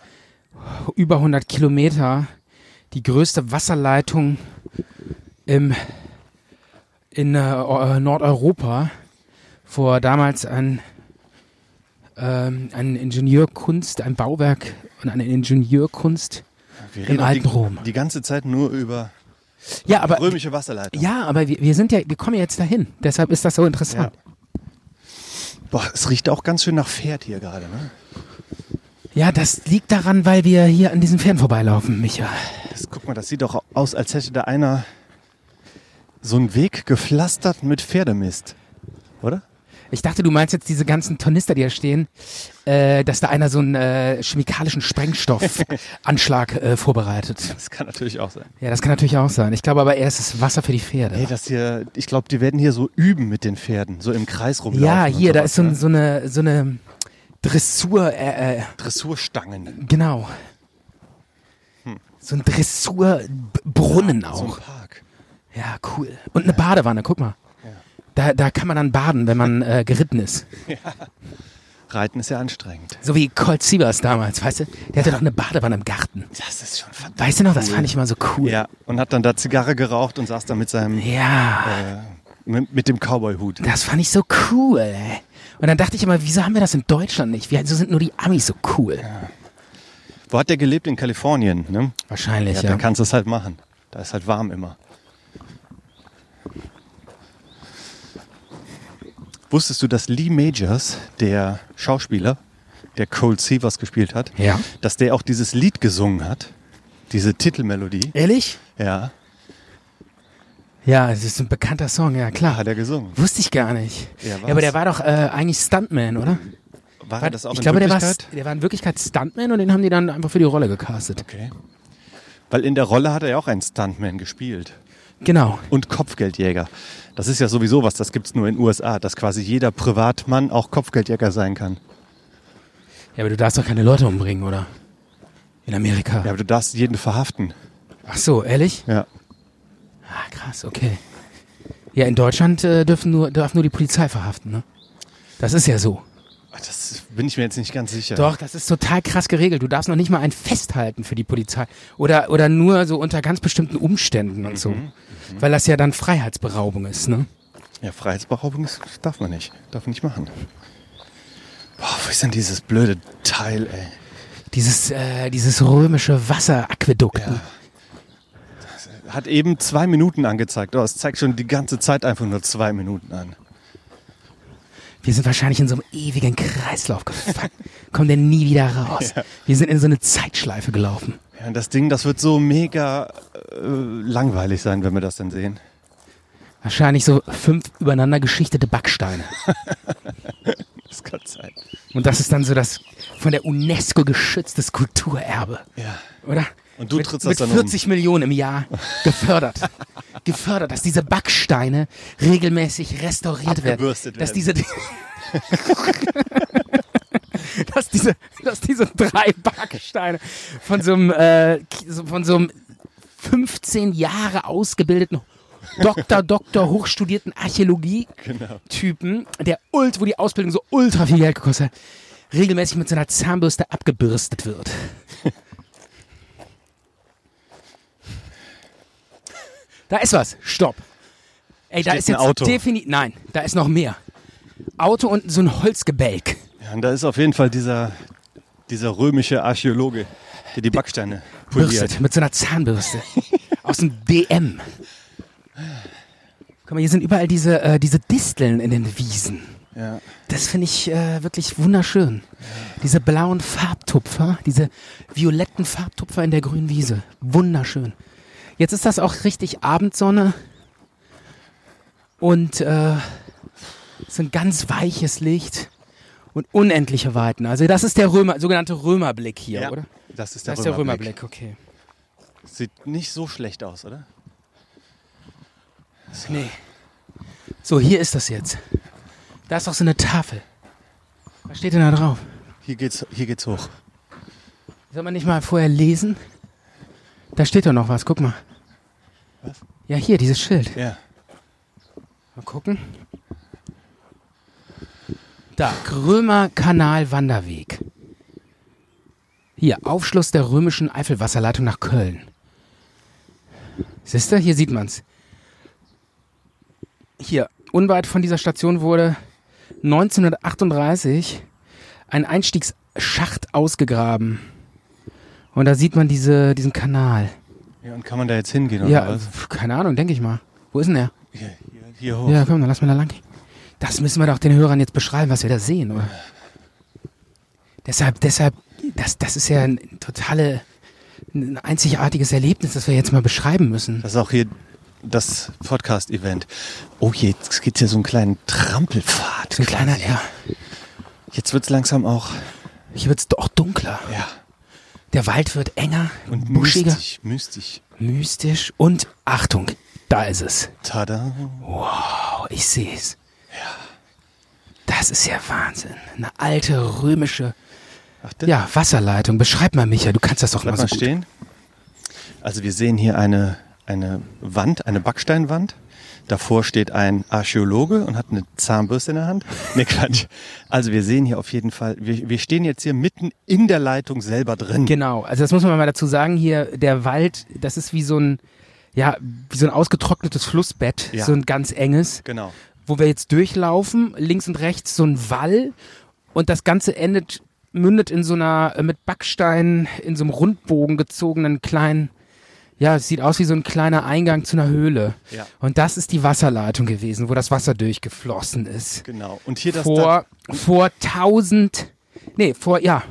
über 100 Kilometer die größte Wasserleitung im, in äh, äh, Nordeuropa, vor damals ein, ähm, ein Ingenieurkunst, ein Bauwerk und eine Ingenieurkunst.
Wir
Im alten
die,
Rom.
die ganze Zeit nur über
Ja, aber,
römische Wasserleitung.
ja, aber wir, wir sind ja, wir kommen ja jetzt dahin. Deshalb ist das so interessant.
Boah, es riecht auch ganz schön nach Pferd hier gerade, ne?
Ja, das liegt daran, weil wir hier an diesen Pferden vorbeilaufen, Micha.
Das, guck mal, das sieht doch aus, als hätte da einer so einen Weg gepflastert mit Pferdemist. Oder?
Ich dachte, du meinst jetzt diese ganzen Tornister, die da stehen, äh, dass da einer so einen äh, chemikalischen Sprengstoffanschlag äh, vorbereitet.
Das kann natürlich auch sein.
Ja, das kann natürlich auch sein. Ich glaube aber eher, es ist Wasser für die Pferde.
Hey, das hier, ich glaube, die werden hier so üben mit den Pferden, so im Kreis rumlaufen.
ja, hier,
und
da
sowas,
ist so, ein-
ne?
so eine, so eine, Dressur, äh, äh,
Dressurstangen.
genau. So ein Dressurbrunnen
Hm. So ein
auch.
Park.
Ja, cool. Und eine Badewanne, guck mal. Da, da kann man dann baden, wenn man äh, geritten ist.
Reiten ist ja anstrengend.
So wie Colt Sievers damals, weißt du? Der hatte doch eine Badewanne im Garten.
Das ist schon verdammt.
Weißt du noch, das fand ich immer so cool.
Ja, und hat dann da Zigarre geraucht und saß da mit seinem,
Ja,
äh, mit, mit dem Cowboy-Hut.
das fand ich so cool. Ey. Und dann dachte ich immer, wieso haben wir das in Deutschland nicht? Wieso sind nur die Amis so cool?
Wo hat der gelebt? In Kalifornien, ne?
Wahrscheinlich,
Ja,
ja.
dann kannst du es halt machen. Da ist halt warm immer. Wusstest du, dass Lee Majors, der Schauspieler, der Cole Seavers gespielt hat,
Ja.
dass der auch dieses Lied gesungen hat? Diese Titelmelodie?
Ehrlich?
Ja,
Ja, es ist ein bekannter Song, ja klar.
hat er gesungen.
Wusste ich gar nicht.
Ja,
Ja,
was?
aber der war doch äh, eigentlich Stuntman, oder?
War er das auch
ich
in
glaube, der war,
Wirklichkeit?
der war in Wirklichkeit Stuntman und den haben die dann einfach für die Rolle gecastet.
Okay. Weil in der Rolle hat er ja auch einen Stuntman gespielt.
Genau.
Und Kopfgeldjäger. Das ist ja sowieso was, das gibt's nur in den USA, dass quasi jeder Privatmann auch Kopfgeldjäger sein kann.
Ja, aber du darfst doch keine Leute umbringen, oder? In Amerika.
Ja, aber du darfst jeden verhaften.
Ach so, ehrlich?
Ja.
Ah, krass, okay. Ja, in Deutschland äh, dürfen nur, darf nur die Polizei verhaften, ne? Das ist ja so.
Ach, Das bin ich mir jetzt nicht ganz sicher.
Doch, das ist total krass geregelt. Du darfst noch nicht mal einen festhalten für die Polizei. Oder, oder nur so unter ganz bestimmten Umständen und so. Weil das ja dann Freiheitsberaubung ist, ne?
Ja, Freiheitsberaubung ist- darf man nicht. Darf man nicht machen. Boah, wo ist denn dieses blöde Teil, ey?
Dieses, äh, dieses römische Wasseraquädukt.
Ja. Hat eben zwei Minuten angezeigt. Oh, es zeigt schon die ganze Zeit einfach nur zwei Minuten an.
Wir sind wahrscheinlich in so einem ewigen Kreislauf gefangen. Kommen denn nie wieder raus. Wir sind in so eine Zeitschleife gelaufen.
Ja, und das Ding, das wird so mega äh, langweilig sein, wenn wir das denn sehen.
Wahrscheinlich so fünf übereinander geschichtete Backsteine.
Das kann sein.
Und das ist dann so das von der UNESCO geschütztes Kulturerbe,
Ja.
oder?
Und du
mit,
trittst das
mit
dann um.
40 Millionen im Jahr gefördert. gefördert, dass diese Backsteine regelmäßig restauriert werden.
Abgebürstet
Dass diese
werden.
Dass diese, dass diese drei Backsteine von so einem, äh, so- von so einem 15 Jahre ausgebildeten Doktor, Doktor, hochstudierten Archäologie-Typen, der ult, wo die Ausbildung so ultra viel Geld gekostet hat, regelmäßig mit so einer Zahnbürste abgebürstet wird. Da ist was. Stopp. Ey, da
Steht
ist
ein
jetzt
Auto.
definitiv. Nein, da ist noch mehr. Auto und so ein Holzgebälk.
Ja, und da ist auf jeden Fall dieser, dieser römische Archäologe, der die Backsteine poliert.
Bürstet, mit so einer Zahnbürste. Aus dem DM. Guck mal, hier sind überall diese, äh, diese Disteln in den Wiesen.
Ja.
Das finde ich äh, wirklich wunderschön. Diese blauen Farbtupfer, diese violetten Farbtupfer in der grünen Wiese. Wunderschön. Jetzt ist das auch richtig Abendsonne und äh, so ein ganz weiches Licht und unendliche Weiten. Also das ist der Römer, sogenannte Römerblick hier, oder?
Das ist der,
Das ist der
Römerblick.
Römerblick, okay.
Sieht nicht so schlecht aus, oder?
Nee. So, hier ist das jetzt. Da ist doch so eine Tafel. Was steht denn da drauf?
Hier geht's, hier geht's hoch.
Soll man nicht mal vorher lesen? Da steht doch noch was, guck mal.
Was?
Ja, hier, dieses Schild.
Ja.
Mal gucken. Da, Krömer Kanal Wanderweg. Hier, Aufschluss der römischen Eifelwasserleitung nach Köln. Siehst du, hier sieht man's. Hier, unweit von dieser Station wurde 1938 ein Einstiegsschacht ausgegraben. Und da sieht man diese, diesen Kanal.
ja. Und kann man da jetzt hingehen oder
Ja, also
was?
pf, keine Ahnung, denke ich mal. Wo ist denn er?
Hier, hier, hier hoch.
Ja, komm, dann lass mal da lang. gehen. Das müssen wir doch den Hörern jetzt beschreiben, was wir da sehen, oder? Deshalb, deshalb, das, das ist ja ein totale, ein einzigartiges Erlebnis, das wir jetzt mal beschreiben müssen.
Das ist auch hier das Podcast-Event. Oh je, jetzt geht's hier so einen kleinen Trampelpfad.
So ein kleiner,
quasi.
ja.
Jetzt wird's langsam auch.
Hier wird's doch dunkler.
Ja.
Der Wald wird enger
Und
und buschiger,
mystisch, mystisch.
mystisch und Achtung, da ist es.
Tada.
Oh, ich sehe es. Ja. Das ist ja Wahnsinn. Eine alte römische
Ach, das-
ja, Wasserleitung. Beschreib mal, Micha, du kannst das doch mal
Bleib
so
mal
gut.
stehen. Also wir sehen hier eine, eine Wand, eine Backsteinwand. Davor steht ein Archäologe und hat eine Zahnbürste in der Hand. Nee, Quatsch. Also wir sehen hier auf jeden Fall, wir, wir stehen jetzt hier mitten in der Leitung selber drin.
Genau, also das muss man mal dazu sagen hier, der Wald, das ist wie so ein, ja, wie so ein ausgetrocknetes Flussbett,
Ja.
so ein ganz enges,
Genau.
wo wir jetzt durchlaufen, links und rechts so ein Wall und das Ganze endet, mündet in so einer, äh, mit Backsteinen, in so einem Rundbogen gezogenen kleinen, ja, es sieht aus wie so ein kleiner Eingang zu einer Höhle.
Ja.
Und das ist die Wasserleitung gewesen, wo das Wasser durchgeflossen ist.
Genau. Und hier das da,
vor, vor 1000, nee, vor, ja,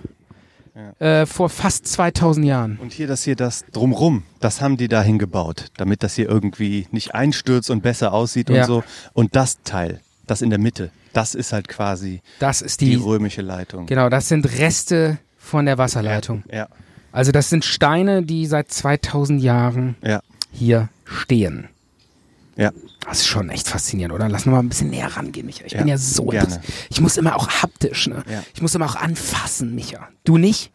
Äh, vor fast 2000 Jahren.
und hier das hier das drumrum, das haben die dahin gebaut, damit das hier irgendwie nicht einstürzt und besser aussieht
Ja.
und so. Und das Teil, das in der Mitte, das ist halt quasi
Das ist
die
die,
römische Leitung.
genau, das sind Reste von der Wasserleitung.
Ja.
Also das sind Steine, die seit 2000 Jahren
Ja.
hier stehen.
Ja.
Das ist schon echt faszinierend, oder? Lass noch mal ein bisschen näher rangehen, Micha. Ich
Ja,
bin ja so
gerne.
interessiert. Ich muss immer auch haptisch, ne?
Ja.
Ich muss immer auch anfassen, Micha. Du nicht?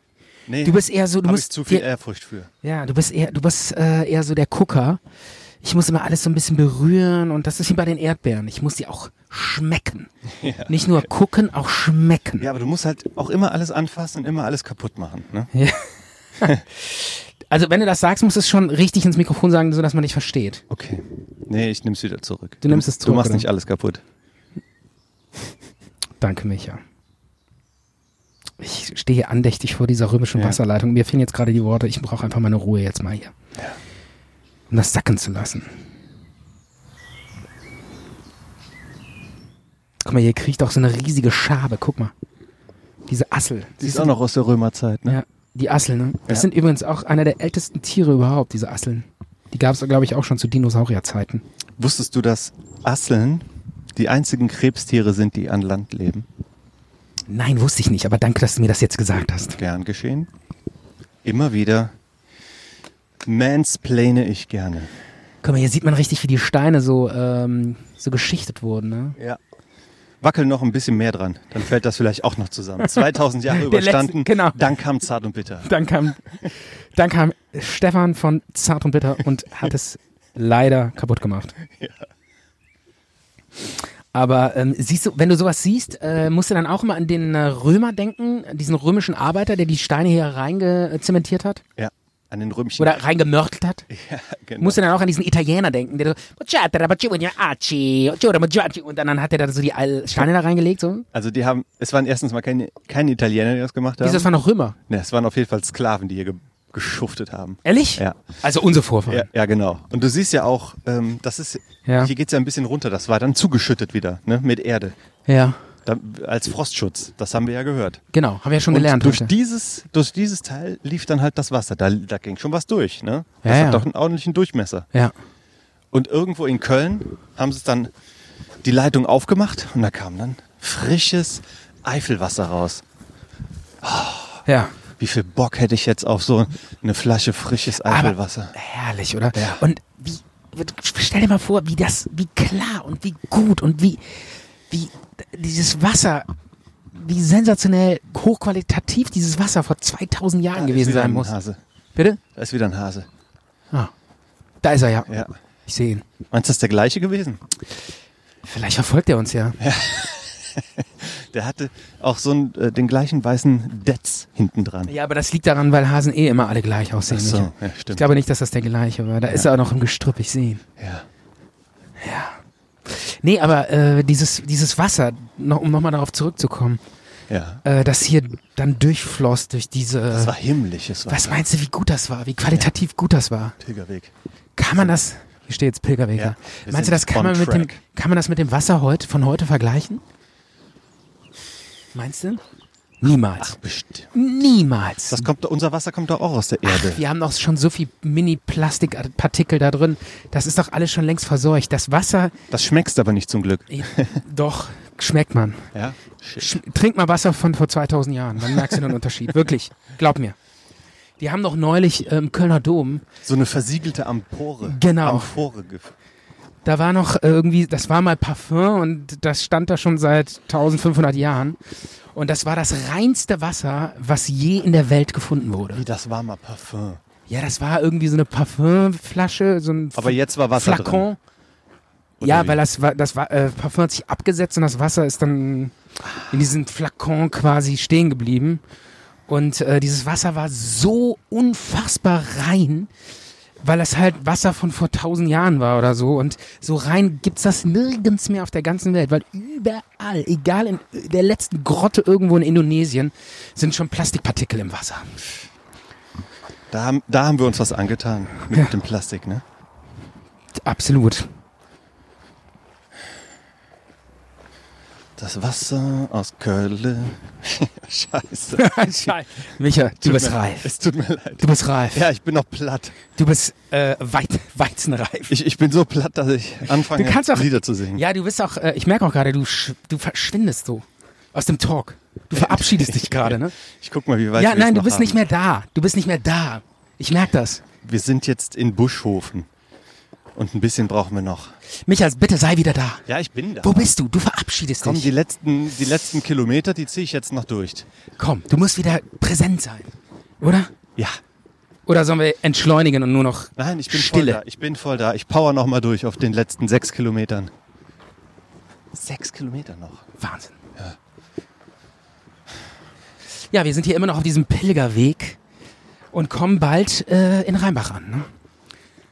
Nee,
Du bist eher so, du
hab
musst
ich zu viel
dir-
Ehrfurcht für.
Ja, du bist eher, du bist äh, eher so der Gucker. Ich muss immer alles so ein bisschen berühren und das ist wie bei den Erdbeeren. Ich muss die auch schmecken. Nicht nur gucken, auch schmecken.
Ja, aber du musst halt auch immer alles anfassen und immer alles kaputt machen. Ne?
Also wenn du das sagst, musst du es schon richtig ins Mikrofon sagen, so dass man dich versteht.
Okay. Nee, ich nimm's wieder zurück.
Du nimmst es
Du
zurück,
machst
oder?
nicht alles kaputt.
Danke, Micha. Ich stehe andächtig vor dieser römischen
Ja.
Wasserleitung. Mir fehlen jetzt gerade die Worte. Ich brauche einfach meine Ruhe jetzt mal hier. Um das sacken zu lassen. Guck mal, hier kriecht auch so eine riesige Schabe. Guck mal. Diese Assel.
Die
Siehst
ist
du
auch noch aus der Römerzeit, ne?
Ja, die Assel, ne? Das
Ja.
sind übrigens auch einer der ältesten Tiere überhaupt, diese Asseln. Die gab es, glaube ich, auch schon zu Dinosaurierzeiten.
Wusstest du, dass Asseln die einzigen Krebstiere sind, die an Land leben?
Nein, wusste ich nicht, aber danke, dass du mir das jetzt gesagt hast.
Gern geschehen. Immer wieder mansplane ich gerne.
Guck mal, hier sieht man richtig, wie die Steine so, ähm, so geschichtet wurden, ne?
Ja. Wackel noch ein bisschen mehr dran, dann fällt das vielleicht auch noch zusammen. 2000 Jahre
letzte-
überstanden,
genau.
dann kam Zart und Bitter.
Dann kam, dann kam Stefan von Zart und Bitter und hat es leider kaputt gemacht. Aber ähm, siehst du, wenn du sowas siehst, äh, musst du dann auch immer an den äh, Römer denken, diesen römischen Arbeiter, der die Steine hier reingezementiert hat
Ja, an den Römchen.
oder reingemörtelt hat.
ja, genau.
Musst du dann auch an diesen Italiener denken, der so und dann hat er da so die Al- Steine da reingelegt. So.
Also die haben, es waren erstens mal keine, keine Italiener, die das gemacht haben.
Wieso, das waren noch Römer?
Ne, es waren auf jeden Fall Sklaven, die hier ge geschuftet haben.
Ehrlich?
Ja.
Also unsere Vorfahren.
Ja, ja, genau. Und du siehst ja auch, ähm, das ist,
Ja.
hier geht's ja ein bisschen runter. Das war dann zugeschüttet wieder, ne, mit Erde.
Ja,
Da, als Frostschutz. Das haben wir ja gehört.
genau. Haben wir ja schon gelernt.
Und durch
heute.
dieses, durch dieses Teil lief dann halt das Wasser. Da, da ging schon was durch, ne? Das
Ja,
hat
ja.
doch einen ordentlichen Durchmesser.
ja.
Und irgendwo in Köln haben sie dann die Leitung aufgemacht und da kam dann frisches Eifelwasser raus.
Ja.
Wie viel Bock hätte ich jetzt auf so eine Flasche frisches Eifelwasser?
Herrlich, oder?
Ja.
Und wie, stell dir mal vor, wie das, wie klar und wie gut und wie, wie dieses Wasser, wie sensationell hochqualitativ dieses Wasser vor 2000 Jahren
Da ist
gewesen
wieder
sein
ein
muss.
Hase.
Bitte?
Da ist wieder ein Hase.
Ah. Da ist er ja.
Ja.
Ich sehe ihn.
Meinst du, das ist der gleiche gewesen?
Vielleicht verfolgt er uns ja.
Der hatte auch so einen, äh, den gleichen weißen Detz hinten dran.
Ja, aber das liegt daran, weil Hasen eh immer alle gleich aussehen.
Ach so,
Micha.
ja, stimmt.
Ich glaube nicht, dass das der gleiche war. Da ist er auch noch im Gestrüpp, ich sehe ihn.
Ja.
Nee, aber äh, dieses, dieses Wasser, noch, um nochmal darauf zurückzukommen,
ja.
äh, das hier dann durchfloss durch diese.
Das war himmlisches Wasser.
Was meinst du, wie gut das war? Wie qualitativ gut das war?
Pilgerweg.
Kann man das? Hier steht jetzt Pilgerweg.
Ja,
Ja,
wir
meinst du,
sind
das kann
on
man mit dem
track.
kann man das mit dem Wasser heute von heute vergleichen? Meinst du? Niemals.
Bestimmt.
Niemals.
Das kommt, unser Wasser kommt doch auch aus der
Ach,
Erde.
wir haben doch schon so viel Mini-Plastikpartikel da drin. Das ist doch alles schon längst verseucht. Das Wasser,
das schmeckst aber nicht zum Glück.
eh, doch, schmeckt man.
Ja.
Sch trink mal Wasser von vor 2000 Jahren, dann merkst du den Unterschied. Wirklich, glaub mir. Die haben doch neulich äh, im Kölner Dom
So eine versiegelte Empore.
Genau.
Amphore. ge-
Da war noch äh, irgendwie, das war mal Parfum und das stand da schon seit 1500 Jahren. Und das war das reinste Wasser, was je in der Welt gefunden wurde.
Wie, das war mal Parfum.
Ja, das war irgendwie so eine Parfümflasche, so ein
Aber jetzt war Wasser drin.
Flakon. Ja,
wie?
weil das, war- das war, äh, Parfum hat sich abgesetzt und das Wasser ist dann in diesem Flakon quasi stehen geblieben. Und äh, dieses Wasser war so unfassbar rein, weil das halt Wasser von vor tausend Jahren war oder so. Und so rein gibt's das nirgends mehr auf der ganzen Welt, weil überall, egal in äh, der letzten Grotte irgendwo in Indonesien, sind schon Plastikpartikel im Wasser.
Da haben, da haben wir uns was angetan mit dem Plastik, ne?
Absolut.
Das Wasser aus Köln. Scheiße.
Micha, du
Tut
bist
mir-
reif.
Es tut mir leid.
Du bist reif.
Ja, ich bin noch platt.
Du bist äh, weit, weizenreif.
Ich, ich bin so platt, dass ich anfange,
Du kannst doch-
Lieder zu singen.
Ja, du bist auch, äh, ich merke auch gerade, du, sch- du verschwindest so aus dem Talk. Du verabschiedest dich gerade, ne?
Ich guck mal, wie weit
Ja,
wir es
nein, du
noch
bist
haben.
nicht mehr da. Du bist nicht mehr da. Ich merke das.
Wir sind jetzt in Buschhofen. Und ein bisschen brauchen wir noch.
Michael, bitte sei wieder da.
Ja, ich bin da.
Wo bist du? Du verabschiedest
Komm, die
dich.
letzten, die letzten Kilometer, die ziehe ich jetzt noch durch.
Komm, du musst wieder präsent sein. Oder?
Ja.
Oder sollen wir entschleunigen und nur noch
Nein, ich bin
Stille?
voll da. Ich bin voll da. Ich power noch mal durch auf den letzten sechs Kilometern. Sechs Kilometer noch.
Wahnsinn. Ja. wir sind hier immer noch auf diesem Pilgerweg und kommen bald äh, in Rheinbach an. Ne?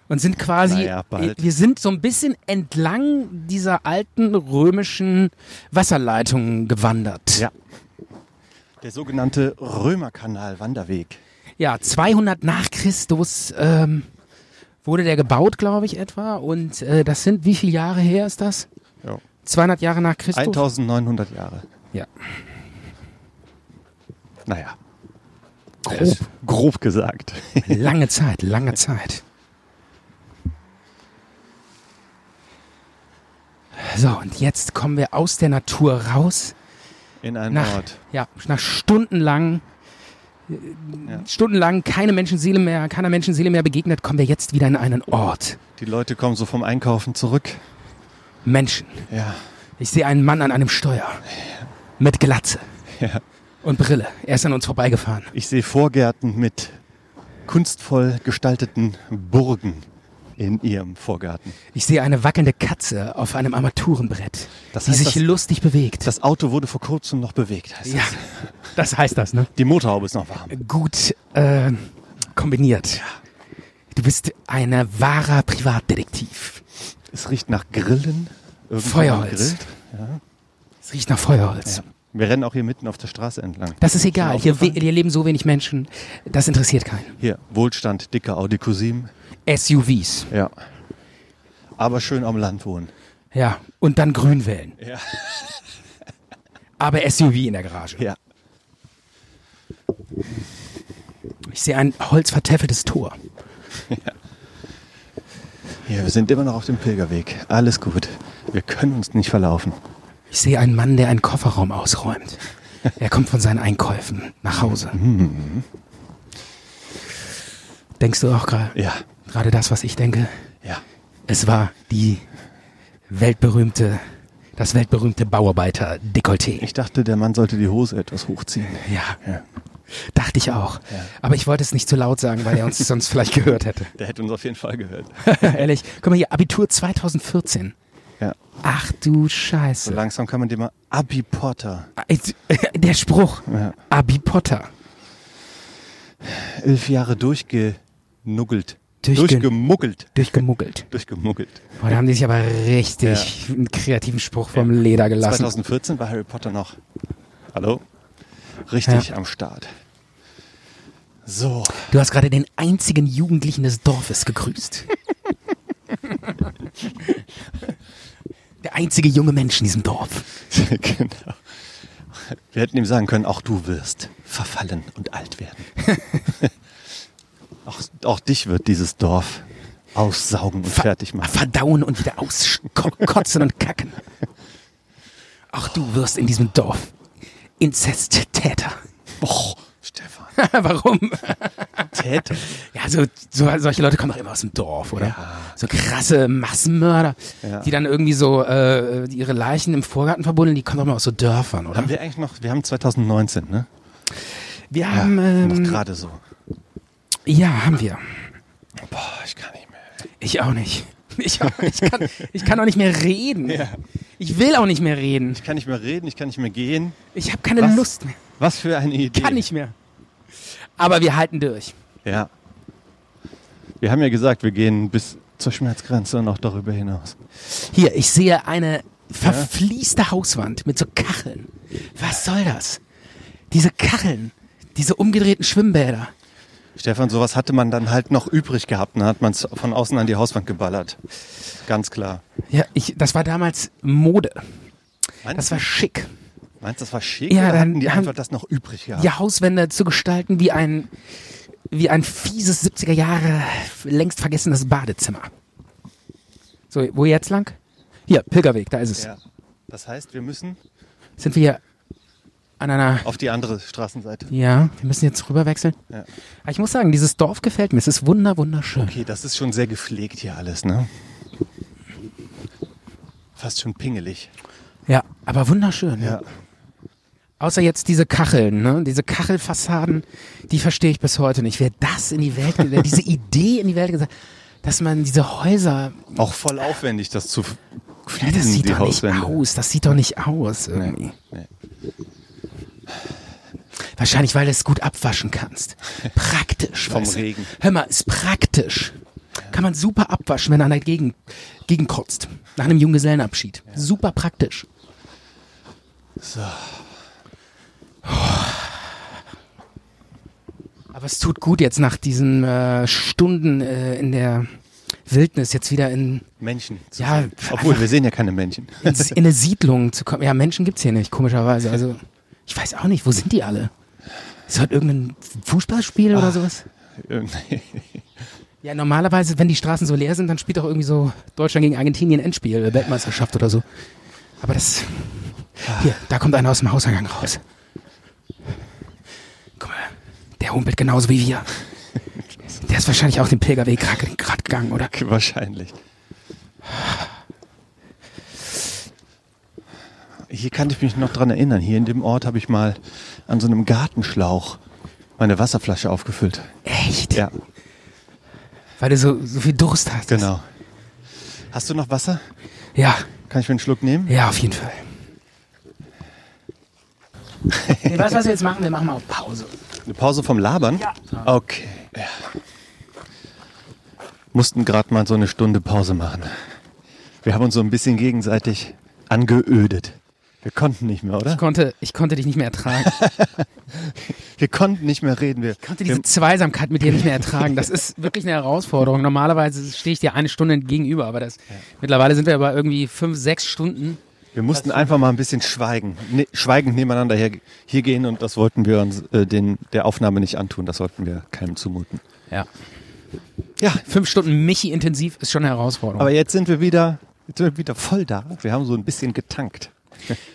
Und sind quasi,
Naja, bald.
wir sind so ein bisschen entlang dieser alten römischen Wasserleitung gewandert.
Ja. Der sogenannte Römerkanal-Wanderweg.
Ja, 200 nach Christus ähm, wurde der gebaut, glaube ich, etwa. Und äh, das sind, wie viele Jahre her ist das?
Ja.
200 Jahre nach Christus?
1900 Jahre.
Ja.
Naja.
Grob.
Grob gesagt.
Lange Zeit, lange Zeit. So, und jetzt kommen wir aus der Natur raus.
In einen
Nach,
Ort.
ja, nach stundenlang, äh,
Ja.
stundenlang keine Menschenseele mehr, keiner Menschenseele mehr begegnet, kommen wir jetzt wieder in einen Ort.
Die Leute kommen so vom Einkaufen zurück.
Menschen.
Ja.
Ich sehe einen Mann an einem Steuer. Mit Glatze.
Ja.
Und Brille. Er ist an uns vorbeigefahren.
Ich sehe Vorgärten mit kunstvoll gestalteten Burgen in ihrem Vorgarten.
Ich sehe eine wackelnde Katze auf einem Armaturenbrett,
Das
die
heißt,
sich
das-
lustig bewegt.
Das Auto wurde vor kurzem noch bewegt. heißt
ja,
es.
das heißt das, ne?
Die Motorhaube ist noch warm.
gut äh, kombiniert. Du bist ein wahrer Privatdetektiv.
Es riecht nach Grillen. Irgendwo
Feuerholz.
gegrillt.
Es riecht nach Feuerholz.
Ja. Wir rennen auch hier mitten auf der Straße entlang.
Das ist egal. Hier, we- hier leben so wenig Menschen. Das interessiert keinen.
Hier, Wohlstand, dicker Audi Q7.
SUVs.
Ja. Aber schön am Land wohnen.
Ja. Und dann Grünwellen.
Ja.
Aber SUV in der Garage.
Ja.
Ich sehe ein holzvertäfeltes Tor.
Hier, wir sind immer noch auf dem Pilgerweg. Alles gut. Wir können uns nicht verlaufen.
Ich sehe einen Mann, der einen Kofferraum ausräumt. Er kommt von seinen Einkäufen nach Hause. Mhm. Denkst du auch gra-
Ja.
gerade das, was ich denke?
Ja.
Es war die weltberühmte, das weltberühmte Bauarbeiter-Dekolleté.
Ich dachte, der Mann sollte die Hose etwas hochziehen.
Ja,
Ja.
dachte ich auch. Aber ich wollte es nicht zu laut sagen, weil er uns sonst vielleicht gehört hätte.
Der hätte uns auf jeden Fall gehört.
Ehrlich. Guck mal hier, Abitur 2014.
Ja.
Ach du
So
Scheiße.
langsam kann man dem mal Abi Potter.
Der Spruch.
Ja.
Abi Potter.
Elf Jahre durchgenuggelt.
Durchge-
durchgemuggelt.
Durchgemuggelt.
Durchgemuggelt.
Boah, da haben die sich aber richtig einen kreativen Spruch vom Leder gelassen.
2014 war Harry Potter noch. Hallo? Richtig am Start. So.
Du hast gerade den einzigen Jugendlichen des Dorfes gegrüßt. Der einzige junge Mensch in diesem Dorf.
genau. Wir hätten ihm sagen können, auch du wirst verfallen und alt werden. auch, auch dich wird dieses Dorf aussaugen und fertig machen.
Verdauen und wieder auskotzen und kacken. Auch du wirst in diesem Dorf Inzesttäter.
Och, Stefan.
Warum?
Täter.
Ja, so, so, solche Leute kommen doch immer aus dem Dorf, oder? So krasse Massenmörder,
Ja.
die dann irgendwie so äh, die ihre Leichen im Vorgarten verbunden, die kommen doch immer aus so Dörfern, oder?
Haben wir eigentlich noch, wir haben 2019, ne?
Wir haben,
noch
ähm,
gerade so.
ja, haben wir.
Boah, ich kann nicht mehr.
Ich auch nicht. Ich, auch, ich, kann, ich kann auch nicht mehr reden. Ich will auch nicht mehr reden.
Ich kann nicht mehr reden, ich kann nicht mehr gehen.
Ich habe keine
Was?
Lust mehr.
Was für eine Idee.
Kann nicht mehr. Aber wir halten durch.
Ja. Wir haben ja gesagt, wir gehen bis zur Schmerzgrenze und auch darüber hinaus.
Hier, ich sehe eine verfließte Hauswand mit so Kacheln. Was soll das? Diese Kacheln, diese umgedrehten Schwimmbäder.
Stefan, sowas hatte man dann halt noch übrig gehabt und hat man es von außen an die Hauswand geballert. Ganz klar.
Ja, ich, das war damals Mode.
Meinst,
Das war schick.
meinst du, das war schick?
Ja,
oder
dann-
hatten die
haben-
einfach das noch übrig gehabt?
Die Hauswände zu gestalten wie ein, wie ein fieses 70er Jahre längst vergessenes Badezimmer. So, wo jetzt lang? Hier, Pilgerweg, da ist es.
Ja. Das heißt, wir müssen
Sind wir hier an einer.
auf die andere Straßenseite.
Ja, wir müssen jetzt rüberwechseln.
Ja.
Aber ich muss sagen, dieses Dorf gefällt mir. Es ist wunder, wunderschön.
Okay, das ist schon sehr gepflegt hier alles, ne? Fast schon pingelig.
Ja, aber wunderschön.
Ja.
Außer jetzt diese Kacheln, ne? diese Kachelfassaden, die verstehe ich bis heute nicht. Wer das in die Welt, wer diese Idee in die Welt gesagt dass man diese Häuser,
Auch voll aufwendig, das zu f-
ja,
fließen,
das sieht
die
doch
Hauswände.
nicht aus, das sieht doch nicht aus irgendwie.
Nee.
Wahrscheinlich, weil du es gut abwaschen kannst. Praktisch.
Vom
weißt du?
Regen.
Hör mal, ist praktisch. Kann man super abwaschen, wenn einer gegen, gegen kotzt. Nach einem Junggesellenabschied. Super praktisch.
So.
Aber es tut gut jetzt nach diesen äh, Stunden äh, in der Wildnis jetzt wieder in,
Menschen. zu
Ja,
sehen. obwohl wir sehen ja keine Menschen.
in, in eine Siedlung zu kommen. Ja, Menschen gibt's hier nicht, komischerweise. Also, ich weiß auch nicht, wo sind die alle? Ist heute irgendein Fußballspiel
Ah.
oder sowas?
Irgendwie.
Ja, normalerweise, wenn die Straßen so leer sind, dann spielt auch irgendwie so Deutschland gegen Argentinien Endspiel, äh, Weltmeisterschaft oder so. Aber das.
Ah.
Hier, da kommt einer aus dem Hauseingang raus. Guck mal, der humpelt genauso wie wir. Der ist wahrscheinlich auch den Pilgerweg gerade gegangen, oder?
Wahrscheinlich. Hier kann ich mich noch dran erinnern. Hier in dem Ort habe ich mal an so einem Gartenschlauch meine Wasserflasche aufgefüllt.
Echt?
Ja,
Weil du so, so viel Durst hast.
genau. Hast du noch Wasser?
Ja,
Kann ich mir einen Schluck nehmen?
ja, auf jeden Fall. Nee, weißt du, was wir jetzt machen? Wir machen mal auf Pause.
Eine Pause vom Labern? Ja. Okay. Ja. Mussten gerade mal so eine Stunde Pause machen. Wir haben uns so ein bisschen gegenseitig angeödet. Wir konnten nicht mehr, oder?
Ich konnte, ich konnte dich nicht mehr ertragen.
Wir konnten nicht mehr reden. Wir,
konnte
wir,
diese Zweisamkeit mit dir nicht mehr ertragen. Das ist wirklich eine Herausforderung. Normalerweise stehe ich dir eine Stunde gegenüber, aber das mittlerweile sind wir aber irgendwie fünf, sechs Stunden.
wir mussten einfach mal ein bisschen schweigen, ne, schweigend nebeneinander her, hier gehen und das wollten wir uns äh, den, der Aufnahme nicht antun. Das sollten wir keinem zumuten.
Ja.
Ja,
Fünf Stunden Michi intensiv ist schon eine Herausforderung.
aber jetzt sind wir wieder, jetzt sind wir wieder voll da. Wir haben so ein bisschen getankt.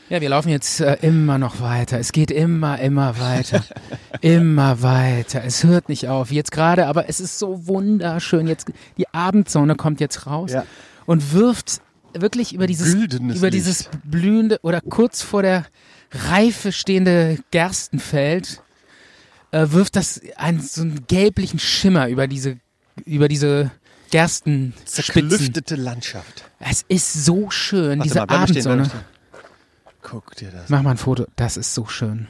ja, wir laufen jetzt äh, immer noch weiter. Es geht immer, immer weiter. immer weiter. Es hört nicht auf. Jetzt gerade, aber es ist so wunderschön. Jetzt die Abendsonne kommt jetzt raus
Ja.
und wirft wirklich über dieses
Güldenes
über dieses blühende oder kurz vor der Reife stehende Gerstenfeld äh, wirft das einen, so einen gelblichen Schimmer über diese über diese Gerstenspitzen.
Zerklüftete Landschaft.
Es ist so schön, diese
bleib mal stehen, bleib
Abendsonne.
mal stehen. Guck dir das.
Mach mal ein Foto, das ist so schön.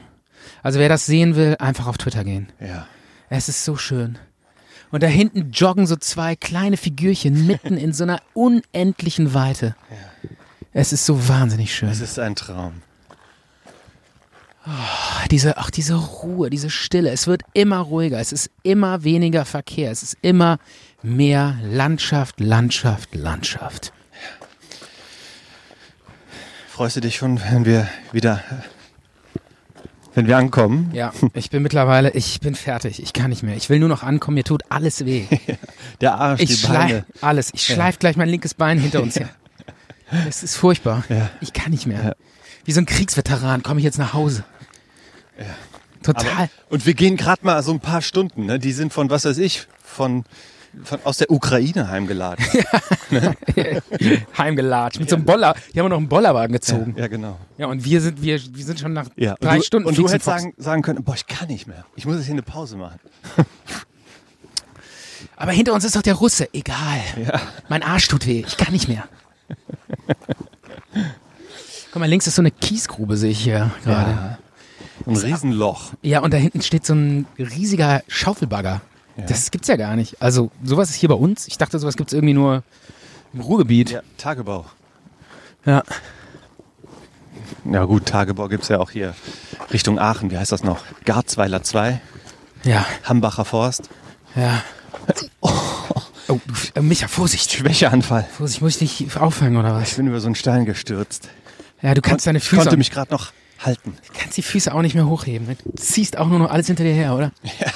Also wer das sehen will, einfach auf Twitter gehen.
Ja.
Es ist so schön. Und da hinten joggen so zwei kleine Figürchen mitten in so einer unendlichen Weite. Es ist so wahnsinnig schön.
Es ist ein Traum.
diese, auch diese Ruhe, diese Stille. Es wird immer ruhiger. Es ist immer weniger Verkehr. Es ist immer mehr Landschaft, Landschaft, Landschaft.
Freust du dich schon, wenn wir wieder, wenn wir ankommen?
Ja, ich bin mittlerweile, ich bin fertig. Ich kann nicht mehr. Ich will nur noch ankommen. Mir tut alles weh.
Der Arsch,
Ich
die Beine.
schleife alles. Ich schleife gleich mein linkes Bein hinter uns her. Es ist furchtbar.
Ja.
Ich kann nicht mehr.
Ja.
Wie so ein Kriegsveteran komme ich jetzt nach Hause. Total.
Und wir gehen gerade mal so ein paar Stunden. Ne? Die sind von, was weiß ich, von, von aus der Ukraine heimgeladen.
Heimgelatscht. Mit so einem Boller. Die haben noch einen Bollerwagen gezogen. Ja,
ja, genau.
und wir sind, wir, wir sind schon nach
Ja. Und
drei
du,
Stunden
Und du
Fietsen
hättest
Fox.
sagen, sagen können, boah, ich kann nicht mehr. Ich muss jetzt hier eine Pause machen.
Aber hinter uns ist doch der Russe. Egal. Mein Arsch tut weh. Ich kann nicht mehr. Guck mal, links ist so eine Kiesgrube, sehe ich hier gerade.
Ein Riesenloch.
Ja, und da hinten steht so ein riesiger Schaufelbagger. Das gibt's ja gar nicht. Also, sowas ist hier bei uns. Ich dachte, sowas gibt's irgendwie nur im Ruhrgebiet.
Ja, Tagebau.
Ja.
Ja gut, Tagebau gibt es ja auch hier Richtung Aachen. Wie heißt das noch? Garzweiler 2,
Ja.
Hambacher Forst.
Ja. Oh, du- äh, Micha, Vorsicht.
Schwächeanfall.
Vorsicht, muss ich dich auffangen oder
Ich
was?
bin über so einen Stein gestürzt.
Ja, du kannst deine Füße,
konnte mich gerade noch halten.
du kannst die Füße auch nicht mehr hochheben. ne? Du ziehst auch nur noch alles hinter dir her, oder? Ja.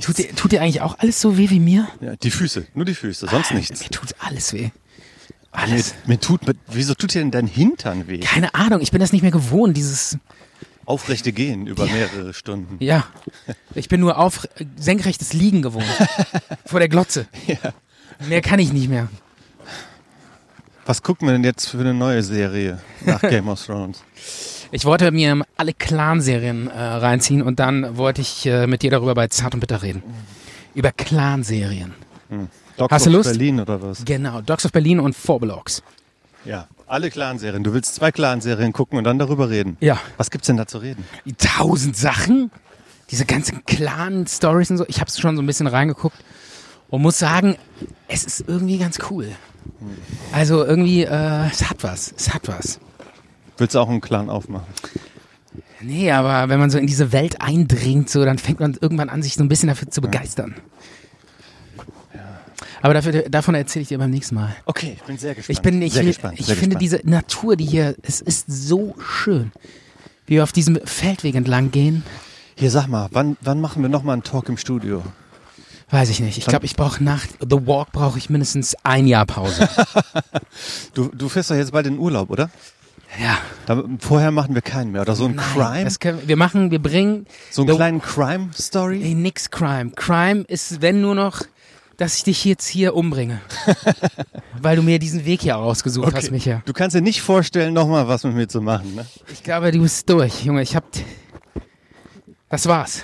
Tut dir, tut dir eigentlich auch alles so weh wie mir?
Ja, die Füße, nur die Füße, sonst nichts.
Mir tut alles weh.
Mir,
Alles.
mir tut, mir- wieso tut dir denn dein Hintern weh?
Keine Ahnung, ich bin das nicht mehr gewohnt, dieses
Aufrechte Gehen über mehrere Stunden.
Ja, ich bin nur auf senkrechtes Liegen gewohnt. vor der Glotze. Mehr kann ich nicht mehr.
Was gucken wir denn jetzt für eine neue Serie nach Game of Thrones?
Ich wollte mir alle Clan-Serien äh, reinziehen und dann wollte ich äh, mit dir darüber bei Zart und Bitter reden. Über Clan-Serien.
Dogs
Hast du
of
Lust?
Berlin oder was?
Genau, Dogs of Berlin und Forbelocks.
Ja, alle Clan-Serien. Du willst zwei Clan-Serien gucken und dann darüber reden.
Ja.
Was gibt's denn da zu reden?
Tausend Sachen. Diese ganzen Clan-Stories und so. Ich habe es schon so ein bisschen reingeguckt und muss sagen, es ist irgendwie ganz cool. Also irgendwie, äh, es hat was. Es hat was.
Willst du auch einen Clan aufmachen?
Nee, aber wenn man so in diese Welt eindringt, so, dann fängt man irgendwann an, sich so ein bisschen dafür zu begeistern. Aber dafür, davon erzähle ich dir beim nächsten Mal.
Okay, ich bin sehr gespannt.
Ich bin, ich,
sehr
will,
gespannt.
ich
sehr
finde
gespannt.
diese Natur, die hier, es ist so schön, wie wir auf diesem Feldweg entlang gehen.
Hier, sag mal, wann, wann machen wir nochmal einen Talk im Studio?
Weiß ich nicht. Ich glaube, ich brauche nach The Walk brauche ich mindestens ein Jahr Pause.
Du, du fährst doch jetzt bald in Urlaub, oder?
ja.
Da, vorher machen wir keinen mehr. Oder so ein Crime?
Das können, wir- wir machen, wir bringen
So einen
The-
kleinen Crime-Story?
Ey, nix Crime. Crime ist, wenn nur noch, dass ich dich jetzt hier umbringe. Weil du mir diesen Weg hier ausgesucht hast, Micha.
Du kannst dir nicht vorstellen, nochmal was mit mir zu machen, ne?
Ich glaube, du bist durch, Junge. Ich hab. Das war's.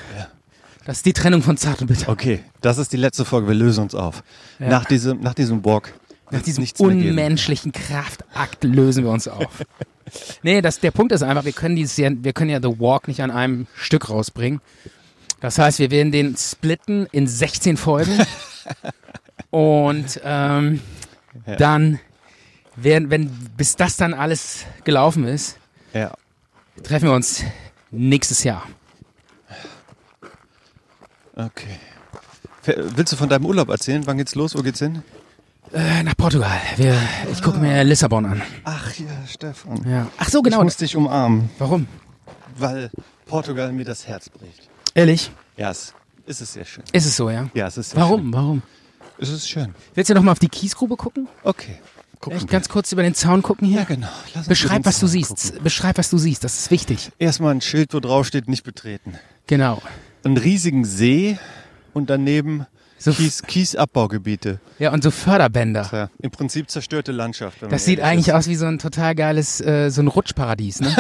Das ist die Trennung von Zart und Bitter.
Okay, das ist die letzte Folge. Wir lösen uns auf. Nach diesem, nach diesem Walk.
Nach
wird's
diesem
nichts mehr geben.
unmenschlichen Kraftakt lösen wir uns auf. nee, das, der Punkt ist einfach, wir können, dieses, Jahr- wir können ja The Walk nicht an einem Stück rausbringen. Das heißt, wir werden den splitten in 16 Folgen. Und ähm, dann werden, wenn, bis das dann alles gelaufen ist,
Ja.
treffen wir uns nächstes Jahr.
Okay. F- Willst du von deinem Urlaub erzählen? Wann geht's los? Wo geht's hin?
Äh, nach Portugal. Wir, ich gucke mir Lissabon an.
Ach ja, Stefan.
Ja. Ach so,
Ich
genau.
muss dich umarmen,
Warum?
weil Portugal mir das Herz bricht.
Ehrlich?
Ja, es ist es sehr schön.
Ist es so, ja?
Ja, es ist sehr
Warum? Warum?
Schön. Es ist schön.
Willst du noch mal auf die Kiesgrube gucken?
Okay. Gucken
Echt
wir.
ganz kurz über den Zaun gucken hier?
Ja, genau. Lass uns
Beschreib,
den
was du
Zaun
siehst.
gucken.
Beschreib, was du siehst. Das ist wichtig.
Erstmal ein Schild, wo drauf steht, nicht betreten.
Genau.
Einen riesigen See und daneben
So-
Kies, Kiesabbaugebiete.
Ja, und so Förderbänder.
Ja, Im Prinzip zerstörte Landschaft. wenn man
Das sieht
ehrlich
eigentlich aus wie so ein total geiles, äh, so ein Rutschparadies, ne?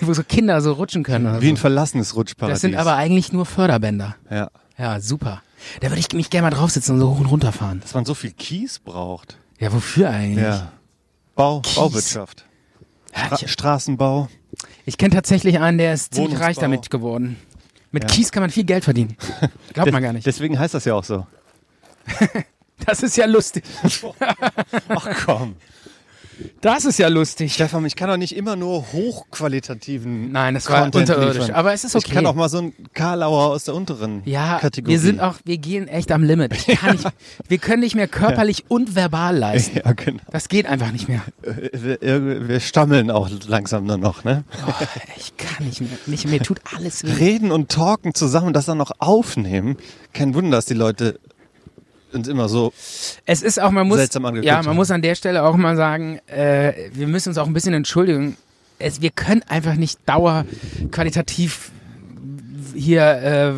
Wo so Kinder so rutschen können. Oder
ist. wie ein
so.
verlassenes Rutschparadies.
Das sind aber eigentlich nur Förderbänder.
ja,
Ja, super. Da würde ich mich gerne mal draufsitzen und so hoch und runter fahren.
dass man so viel Kies braucht.
Ja, wofür eigentlich?
Ja. Bau,
Kies.
Bauwirtschaft,
Ja,
Ra
ich-
Straßenbau.
Ich kenne tatsächlich einen, der ist ziemlich reich
Wohnungsbau.
damit geworden. Mit Kies kann man viel Geld verdienen. Glaubt man gar nicht.
Deswegen heißt das ja auch so.
Das ist ja lustig.
Ach komm.
Das ist ja lustig.
Stefan, ich kann doch nicht immer nur hochqualitativen
Nein, das war
Content
unterirdisch,
liefern.
aber es ist
Ich
okay.
kann auch mal so einen Karlauer aus der unteren
Ja,
Kategorie.
wir sind auch, wir gehen echt am Limit. Ich kann nicht, wir können nicht mehr körperlich und verbal leisten.
Ja, genau.
Das geht einfach nicht mehr.
Äh, Wir, irgendwie- wir stammeln auch langsam nur noch, ne?
Ich kann nicht mehr. Nicht, mir tut alles weh.
reden und talken zusammen und das dann noch aufnehmen. Kein Wunder, dass die Leute uns immer so.
Es ist auch, man muss,
Seltsam angeguckt
ja, man
haben.
muss an der Stelle auch mal sagen, äh, wir müssen uns auch ein bisschen entschuldigen. Es, wir können einfach nicht dauer qualitativ hier äh,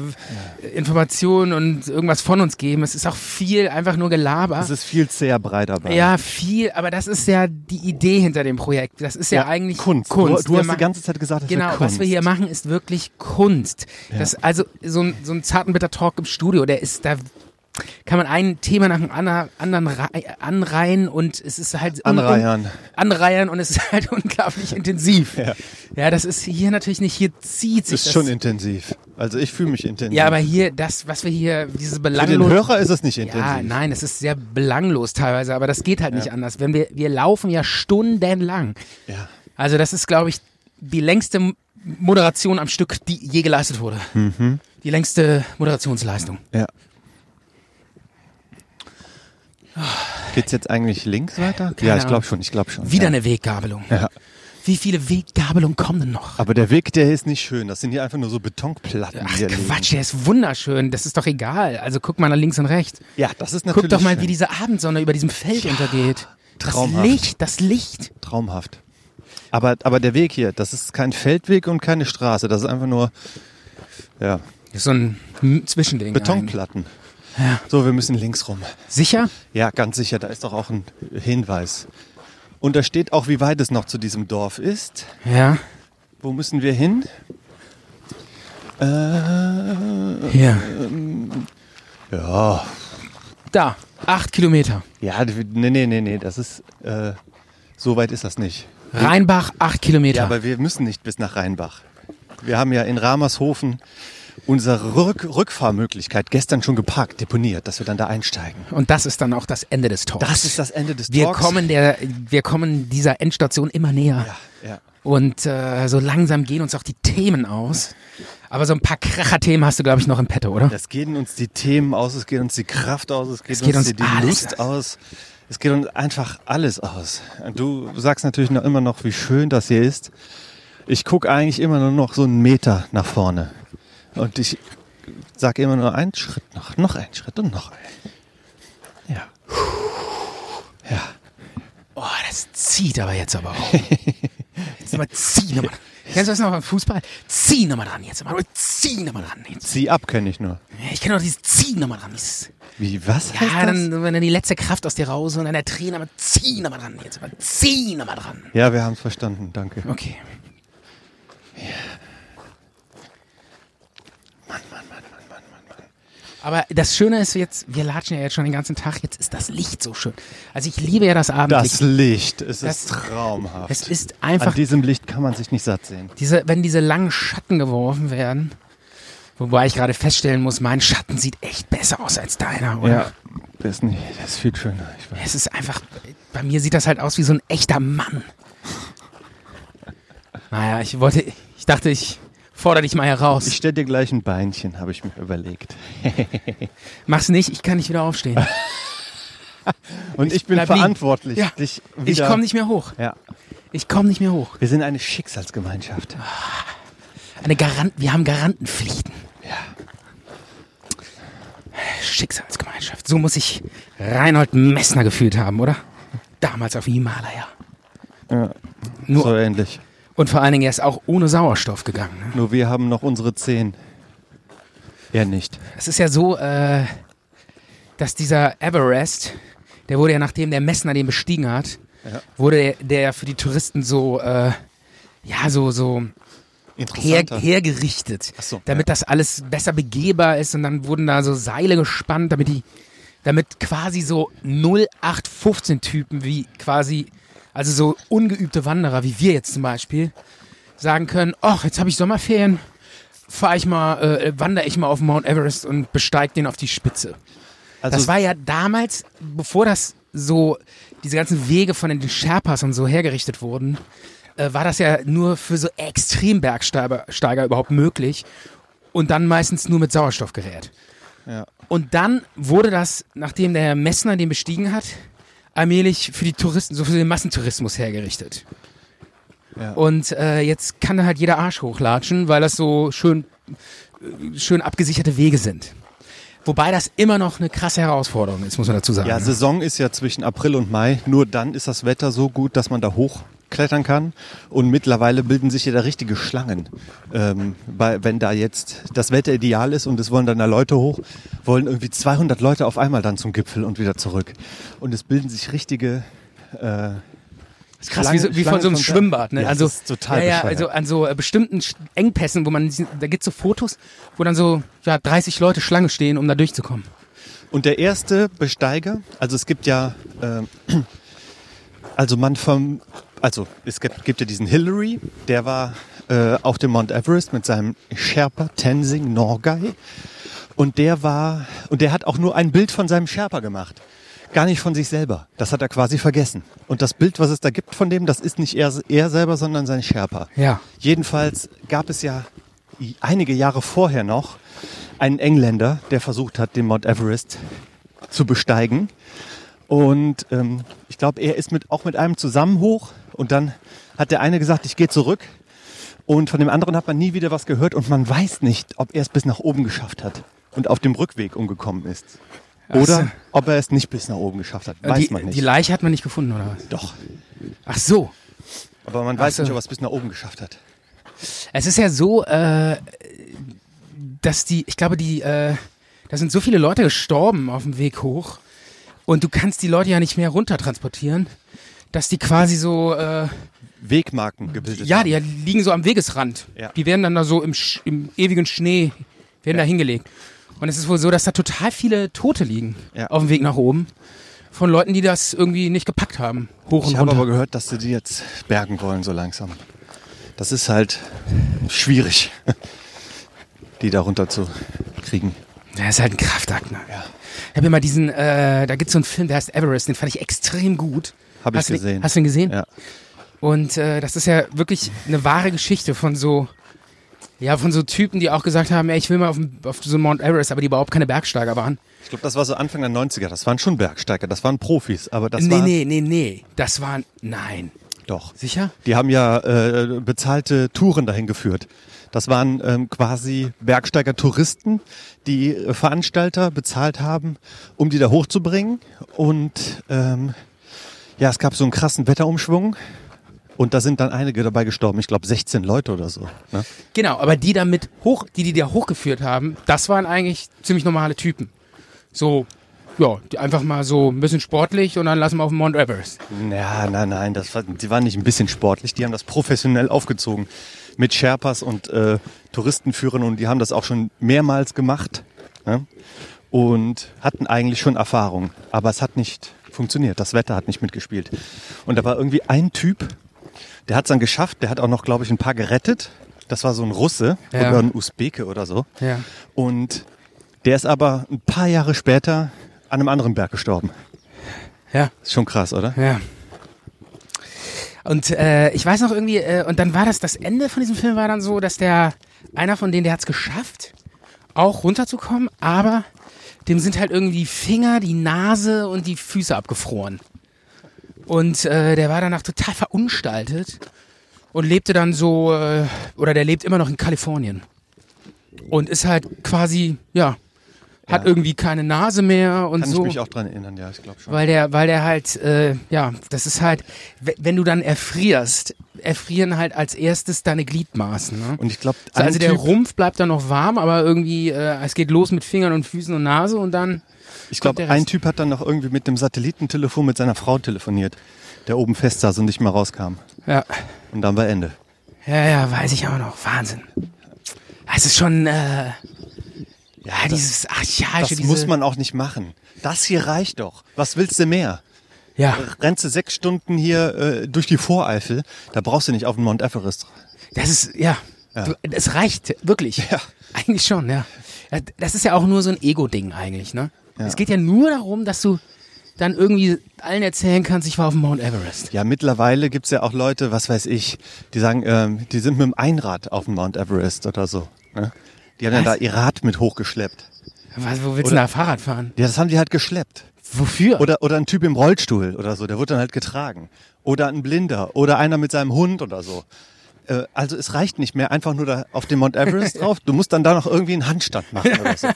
Informationen und irgendwas von uns geben. Es ist auch viel einfach nur Gelaber.
Es ist viel sehr breit dabei.
Ja, viel, aber das ist ja die Idee hinter dem Projekt. Das ist ja, eigentlich
Kunst.
Kunst.
Du, du
Wir
hast die
machen-
ganze Zeit gesagt, das
Genau,
wäre Kunst.
was wir hier machen, ist wirklich Kunst. Das, also so ein, so ein Zartenbitter-Talk im Studio, der ist, da kann man ein Thema nach dem ander- anderen rei- anreihen und es ist halt... un- un-
Anreihern.
Anreihern und es ist halt unglaublich intensiv. Ja. das ist hier natürlich nicht, hier zieht sich
Ist
das.
schon intensiv. Also ich fühle mich intensiv.
ja, aber hier, das, was wir hier, diese
Für den
belanglose...
Hörer ist es nicht intensiv.
Ja, nein, es ist sehr belanglos teilweise, aber das geht halt nicht anders. Wenn wir, wir laufen ja stundenlang.
Ja.
Also das ist, glaube ich, die längste M- Moderation am Stück, die je geleistet wurde.
Mhm.
Die längste Moderationsleistung.
Ja. Geht's jetzt eigentlich links weiter? ja, ich
Ahnung.
glaube schon, ich glaube schon.
Wieder ne-
ja.
eine Weggabelung.
Ja.
Wie viele Weggabelungen kommen denn noch?
Aber der Weg, der ist nicht schön. Das sind hier einfach nur so Betonplatten.
Ach
die hier liegen.
Quatsch, der ist wunderschön. Das ist doch egal. Also guck mal nach links und rechts.
Ja, das ist natürlich
Guck doch mal,
schön.
wie diese Abendsonne über diesem Feld untergeht. Das
traumhaft.
Licht, das Licht.
traumhaft. Aber, aber der Weg hier, das ist kein Feldweg und keine Straße. Das ist einfach nur ja,
Das ist so ein M- Zwischending. eigentlich.
Betonplatten. So, wir müssen links rum.
Sicher?
Ja, ganz sicher, da ist doch auch ein Hinweis. Und da steht auch, wie weit es noch zu diesem Dorf ist.
Ja.
Wo müssen wir hin?
Hier.
Ja,
Da. Acht Kilometer.
Ja, d- nee, nee, nee, nee, das ist, äh, so weit ist das nicht.
Rheinbach, acht Kilometer.
Ja, aber wir müssen nicht bis nach Rheinbach. Wir haben ja in Ramershofen unsere Rück Rückfahrmöglichkeit gestern schon geparkt, deponiert, dass wir dann da einsteigen.
und das ist dann auch das Ende des Talks.
Das ist das Ende des
Wir
Talks.
kommen, der, wir kommen dieser Endstation immer näher.
Ja, ja.
Und äh, so langsam gehen uns auch die Themen aus. Aber so ein paar Kracher-Themen hast du, glaube ich, noch im Petto, oder?
Es gehen uns die Themen aus, es geht uns die Kraft aus, es geht,
Es geht
uns,
uns
die, die
alles
Lust aus. Es geht uns einfach alles aus. Du sagst natürlich noch immer noch, wie schön das hier ist. Ich gucke eigentlich immer nur noch so einen Meter nach vorne. Und ich sage immer nur einen Schritt noch, noch einen Schritt und noch einen. Ja. Ja.
Oh, das zieht aber jetzt aber auch. jetzt nochmal, zieh nochmal. Kennst du das noch beim Fußball? Zieh nochmal dran jetzt. Mal. Zieh nochmal dran. Jetzt.
Zieh ab, kenne ich nur.
Ich kenne auch dieses Zieh nochmal dran. Dieses,
Wie, was heißt
ja,
das?
Ah, dann, wenn dann die letzte Kraft aus dir raus und dann der Trainer mal zieh nochmal dran. Jetzt mal zieh nochmal dran.
Ja, wir haben es verstanden, danke.
Okay. Aber das Schöne ist jetzt, wir latschen ja jetzt schon den ganzen Tag, jetzt ist das Licht so schön. Also ich liebe ja das
Das
Abendlicht.
Licht, es
Das-
ist traumhaft.
es ist
An
einfach,
diesem Licht kann man sich nicht satt sehen.
diese, wenn diese langen Schatten geworfen werden, wobei ich gerade feststellen muss, mein Schatten sieht echt besser aus als deiner, oder?
Ja, das ist, nicht, das ist viel schöner. Ich weiß.
Es ist einfach, bei mir sieht das halt aus wie so ein echter Mann. Naja, ich wollte, ich dachte, ich fordere dich mal heraus.
Ich stell dir gleich ein Beinchen, habe ich mir überlegt.
Mach's nicht, ich kann nicht wieder aufstehen.
Und ich, bin
Bleib liegen.
verantwortlich.
Ja.
Dich
Ich
wieder.
komme nicht mehr hoch.
Ja.
Ich komme nicht mehr hoch.
Wir sind eine Schicksalsgemeinschaft.
Ah, Eine Garant, wir haben Garantenpflichten.
Ja.
Schicksalsgemeinschaft. So muss ich Reinhold Messner gefühlt haben, oder? Damals auf dem Himalaya. Nur-
So ähnlich.
Und vor allen Dingen, er ist auch ohne Sauerstoff gegangen. Ne?
Nur wir haben noch unsere Zehen. Er nicht.
Es ist ja so, äh, dass dieser Everest, der wurde ja nachdem der Messner den bestiegen hat, wurde der, der ja für die Touristen so, äh, ja, so, so her,
Interessanter.
hergerichtet,
Ach so,
damit das alles besser begehbar ist und dann wurden da so Seile gespannt, damit die, damit quasi so 0815 Typen wie quasi, also so ungeübte Wanderer wie wir jetzt zum Beispiel, sagen können, ach, jetzt habe ich Sommerferien, fahre ich mal, äh, wandere ich mal auf Mount Everest und besteige den auf die Spitze.
Also,
Das war ja damals, bevor das so, diese ganzen Wege von den Sherpas und so hergerichtet wurden, äh, war das ja nur für so Extrembergsteiger Steiger überhaupt möglich und dann meistens nur mit Sauerstoffgerät.
Ja.
Und dann wurde das, nachdem der Herr Messner den bestiegen hat, allmählich für die Touristen, so für den Massentourismus hergerichtet.
Ja.
Und äh, jetzt kann da halt jeder Arsch hochlatschen, weil das so schön, äh, schön abgesicherte Wege sind. Wobei das immer noch eine krasse Herausforderung ist, muss man dazu sagen.
ja,
ne?
Saison ist ja zwischen April und Mai. Nur dann ist das Wetter so gut, dass man da hoch klettern kann. Und mittlerweile bilden sich ja da richtige Schlangen. Ähm, bei, wenn da jetzt das Wetter ideal ist und es wollen dann da Leute hoch, wollen irgendwie 200 Leute auf einmal dann zum Gipfel und wieder zurück. Und es bilden sich richtige äh,
Ist krass, wie, so, wie von so einem Schwimmbad. Ne?
Ja,
also,
das ist total
ja, ja,
bescheuert.
also an so äh, bestimmten Sch- Engpässen, wo man, da gibt's so Fotos, wo dann so ja, 30 Leute Schlange stehen, um da durchzukommen.
Und der erste Besteiger, also es gibt ja, ähm, also man vom, also es gibt, gibt ja diesen Hillary, der war äh, auf dem Mount Everest mit seinem Sherpa Tenzing Norgay und der war, und der hat auch nur ein Bild von seinem Sherpa gemacht. Gar nicht von sich selber. Das hat er quasi vergessen. Und das Bild, was es da gibt von dem, das ist nicht er, er selber, sondern sein Sherpa.
Ja.
Jedenfalls gab es ja i- einige Jahre vorher noch einen Engländer, der versucht hat, den Mount Everest zu besteigen. Und ähm, ich glaube, er ist mit, auch mit einem zusammen hoch. Und dann hat der eine gesagt, ich gehe zurück. Und von dem anderen hat man nie wieder was gehört. Und man weiß nicht, ob er es bis nach oben geschafft hat und auf dem Rückweg umgekommen ist.
so.
Oder ob er es nicht bis nach oben geschafft hat. Weiß
Äh, die,
man nicht.
die Leiche hat man nicht gefunden, oder was?
Doch.
Ach so.
Aber man weiß
so.
nicht, ob er es bis nach oben geschafft hat.
Es ist ja so, äh, dass die, ich glaube, die, äh, da sind so viele Leute gestorben auf dem Weg hoch und du kannst die Leute ja nicht mehr runter transportieren, dass die quasi so, äh,
Wegmarken gebildet.
ja,
haben.
die liegen so am Wegesrand.
Ja.
Die werden dann da so im, Sch im ewigen Schnee, werden da hingelegt. Und es ist wohl so, dass da total viele Tote liegen
Ja.
auf dem Weg nach oben von Leuten, die das irgendwie nicht gepackt haben, hoch
Ich
und
habe aber
runter.
gehört, dass sie die jetzt bergen wollen, so langsam. Das ist halt schwierig, die da runter zu kriegen.
Das ist halt ein Kraftakt, ne?
Ja.
Ich habe immer diesen, äh, da gibt es so einen Film, der heißt Everest, den fand ich extrem gut.
Habe ich
hast du den-
gesehen.
Hast du ihn gesehen?
Ja.
Und äh, das ist ja wirklich eine wahre Geschichte von so, ja, von so Typen, die auch gesagt haben, ey, ich will mal auf, dem- auf so Mount Everest, aber die überhaupt keine Bergsteiger waren.
Ich glaube, das war so Anfang der 90er. Das waren schon Bergsteiger, das waren Profis, aber das
nee,
waren
nee, nee, nee. Das waren, nein.
doch.
Sicher?
Die haben ja äh, bezahlte Touren dahin geführt. Das waren ähm, quasi Bergsteiger-Touristen, die äh, Veranstalter bezahlt haben, um die da hochzubringen. Und ähm, ja, es gab so einen krassen Wetterumschwung. Und da sind dann einige dabei gestorben. Ich glaube, 16 Leute oder so. Ne?
Genau, aber die damit hoch, die die da hochgeführt haben, das waren eigentlich ziemlich normale Typen. So, ja, die einfach mal so ein bisschen sportlich und dann lassen wir auf den Mount Everest.
Ja, nein, nein, das war, die waren nicht ein bisschen sportlich. Die haben das professionell aufgezogen mit Sherpas und äh, Touristenführern und die haben das auch schon mehrmals gemacht ne? und hatten eigentlich schon Erfahrung. Aber es hat nicht funktioniert. Das Wetter hat nicht mitgespielt. Und da war irgendwie ein Typ, der hat es dann geschafft. Der hat auch noch, glaube ich, ein paar gerettet. Das war so ein Russe
Ja.
oder ein Usbeke oder so.
Ja.
Und der ist aber ein paar Jahre später an einem anderen Berg gestorben.
Ja.
Ist schon krass, oder?
Ja. Und äh, ich weiß noch irgendwie, äh, und dann war das, das Ende von diesem Film war dann so, dass der, einer von denen, der hat es geschafft, auch runterzukommen, aber dem sind halt irgendwie die Finger, die Nase und die Füße abgefroren. Und äh, der war danach total verunstaltet und lebte dann so, äh, oder der lebt immer noch in Kalifornien. Und ist halt quasi, ja, hat
Ja.
irgendwie keine Nase mehr und
Kann
so.
ich mich auch dran erinnern, ja, ich glaube schon.
Weil der, weil der halt, äh, ja, das ist halt, we- wenn du dann erfrierst, erfrieren halt als erstes deine Gliedmaßen. Ne?
und ich glaube,
So, also der Rumpf bleibt dann noch warm, aber irgendwie, äh, es geht los mit Fingern und Füßen und Nase und dann,
ich
kommt
glaub,
der
ein
Rest.
Typ hat dann noch irgendwie mit dem Satellitentelefon mit seiner Frau telefoniert, der oben fest saß und nicht mehr rauskam.
ja,
Und dann war Ende.
ja, ja, weiß ich auch noch, Wahnsinn. Es ist schon, äh, ja, dieses
Das
archaische, diese,
muss man auch nicht machen. Das hier reicht doch. Was willst du mehr?
ja,
Rennst du sechs Stunden hier äh, durch die Voreifel, da brauchst du nicht auf den Mount Everest.
das ist, ja,
Ja.
Du, es reicht, wirklich.
Ja.
Eigentlich schon, ja. Ja, Das ist ja auch nur so ein Ego-Ding eigentlich, ne?
Ja.
Es geht ja nur darum, dass du dann irgendwie allen erzählen kannst, ich war auf dem Mount Everest.
Ja, mittlerweile gibt's ja auch Leute, was weiß ich, die sagen, ähm, die sind mit dem Einrad auf dem Mount Everest oder so. Ne? Die haben dann da
Was?
ihr Rad mit hochgeschleppt.
Was, wo willst du denn da Fahrrad fahren?
Ja, das haben die halt geschleppt.
Wofür?
Oder, oder ein Typ im Rollstuhl oder so, der wird dann halt getragen. Oder ein Blinder oder einer mit seinem Hund oder so. Äh, Also es reicht nicht mehr einfach nur da auf den Mount Everest drauf. Du musst dann da noch irgendwie einen Handstand machen oder so.